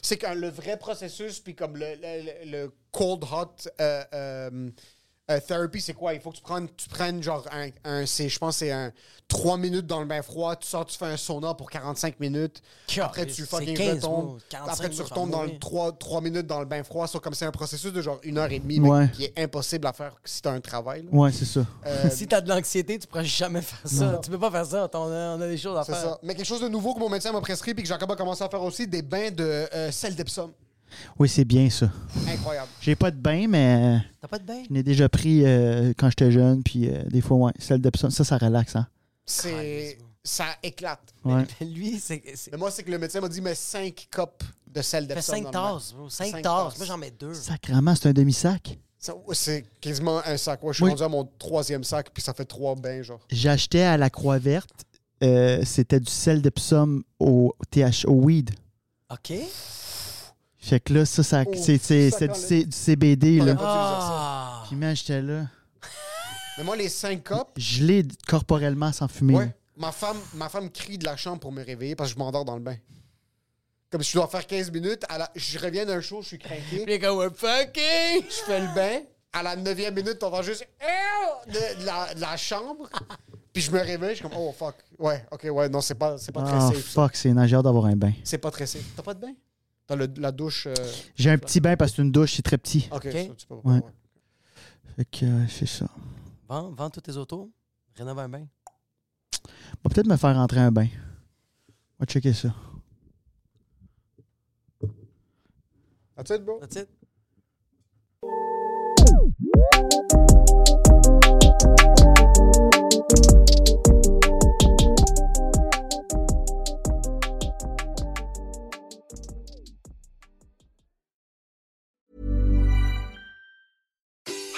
Speaker 3: C'est que le vrai processus, puis comme le, le- le- le cold hot euh, euh, euh, therapy, c'est quoi? Il faut que tu prennes, tu prennes genre un, un- c'est, je pense, que c'est un 3 minutes dans le bain froid, tu sors, tu fais un sauna pour 45 minutes, après
Speaker 2: Caliste,
Speaker 3: tu
Speaker 2: c'est
Speaker 3: fucking
Speaker 2: 15,
Speaker 3: retombes,
Speaker 2: moi, 45
Speaker 3: après tu
Speaker 2: minutes,
Speaker 3: retombes
Speaker 2: ça va
Speaker 3: dans le
Speaker 2: mourir.
Speaker 3: 3, minutes dans le bain froid, c'est comme c'est un processus de genre une heure et demie, mais
Speaker 4: Ouais.
Speaker 3: qui est impossible à faire si t'as un travail. là.
Speaker 4: Ouais, c'est ça.
Speaker 3: Euh,
Speaker 2: Si t'as de l'anxiété, tu pourras jamais faire ça. Tu peux pas faire ça. t'en- On a des choses à
Speaker 3: c'est
Speaker 2: faire.
Speaker 3: ça. Mais quelque chose de nouveau que mon médecin m'a prescrit, puis que j'ai encore pas commencé à faire aussi, des bains de euh, sel d'Epsom.
Speaker 4: Oui, c'est bien ça.
Speaker 3: Incroyable.
Speaker 4: J'ai pas de bain, mais
Speaker 2: T'as pas de bain?
Speaker 4: je n'ai déjà pris euh, quand j'étais jeune, puis euh, des fois, ouais, celle d'Epsom, ça, ça relaxe, hein.
Speaker 2: Ah,
Speaker 3: C'est, ça éclate.
Speaker 4: Ouais.
Speaker 2: Lui, c'est. c'est-
Speaker 3: Mais moi, c'est que le médecin m'a dit, mais 5 copes de sel
Speaker 2: Fais
Speaker 3: d'Epsom.
Speaker 2: 5
Speaker 3: dans le
Speaker 2: tasses, bro. 5 tasses.
Speaker 3: Cinq tasses.
Speaker 2: Moi, j'en mets 2.
Speaker 4: Sacrement, c'est un demi-sac.
Speaker 3: bain. Ça, C'est quasiment un sac. Ouais, je suis
Speaker 4: Oui.
Speaker 3: rendu à mon troisième sac, puis ça fait trois bains, genre.
Speaker 4: J'achetais à la Croix-Verte, euh, c'était du sel d'Epsom au TH, au weed.
Speaker 2: OK.
Speaker 4: Fait que là, ça, ça
Speaker 3: Oh,
Speaker 4: c'est c'est-
Speaker 3: ça
Speaker 4: c'est du,
Speaker 3: calme.
Speaker 4: C- du CBD,
Speaker 3: T'aurais
Speaker 4: là.
Speaker 3: pas dû dire ça.
Speaker 2: Ah!
Speaker 4: Puis, man, j'étais là,
Speaker 3: Mais moi, les 5 copes,
Speaker 4: gelé corporellement sans fumer.
Speaker 3: ouais, ma, femme, ma femme crie de la chambre pour me réveiller parce que je m'endors dans le bain. Comme si je dois faire 15 minutes, à la- je reviens d'un show, je suis craqué.
Speaker 2: Les gars, ouais, fucking!
Speaker 3: je fais le bain. À la neuvième minute, on va juste Ew de, de la, de la chambre. Puis je me réveille, je suis comme oh fuck. Ouais, ok, ouais, non, c'est pas, c'est pas très
Speaker 4: Ah,
Speaker 3: safe. ça.
Speaker 4: fuck, c'est nageur d'avoir un bain.
Speaker 3: C'est pas très safe. T'as pas de bain? T'as le- la douche. euh,
Speaker 4: J'ai un petit bain parce que c'est une douche, c'est très petit.
Speaker 3: Ok,
Speaker 2: Ok.
Speaker 3: ça, tu peux pas.
Speaker 4: Ouais.
Speaker 3: Ouais.
Speaker 4: Fait que euh, c'est ça.
Speaker 2: Vends, vends tous tes autos. Rénove un bain.
Speaker 4: On va peut-être me faire rentrer un bain. On va checker ça.
Speaker 3: That's it, bro.
Speaker 2: That's it.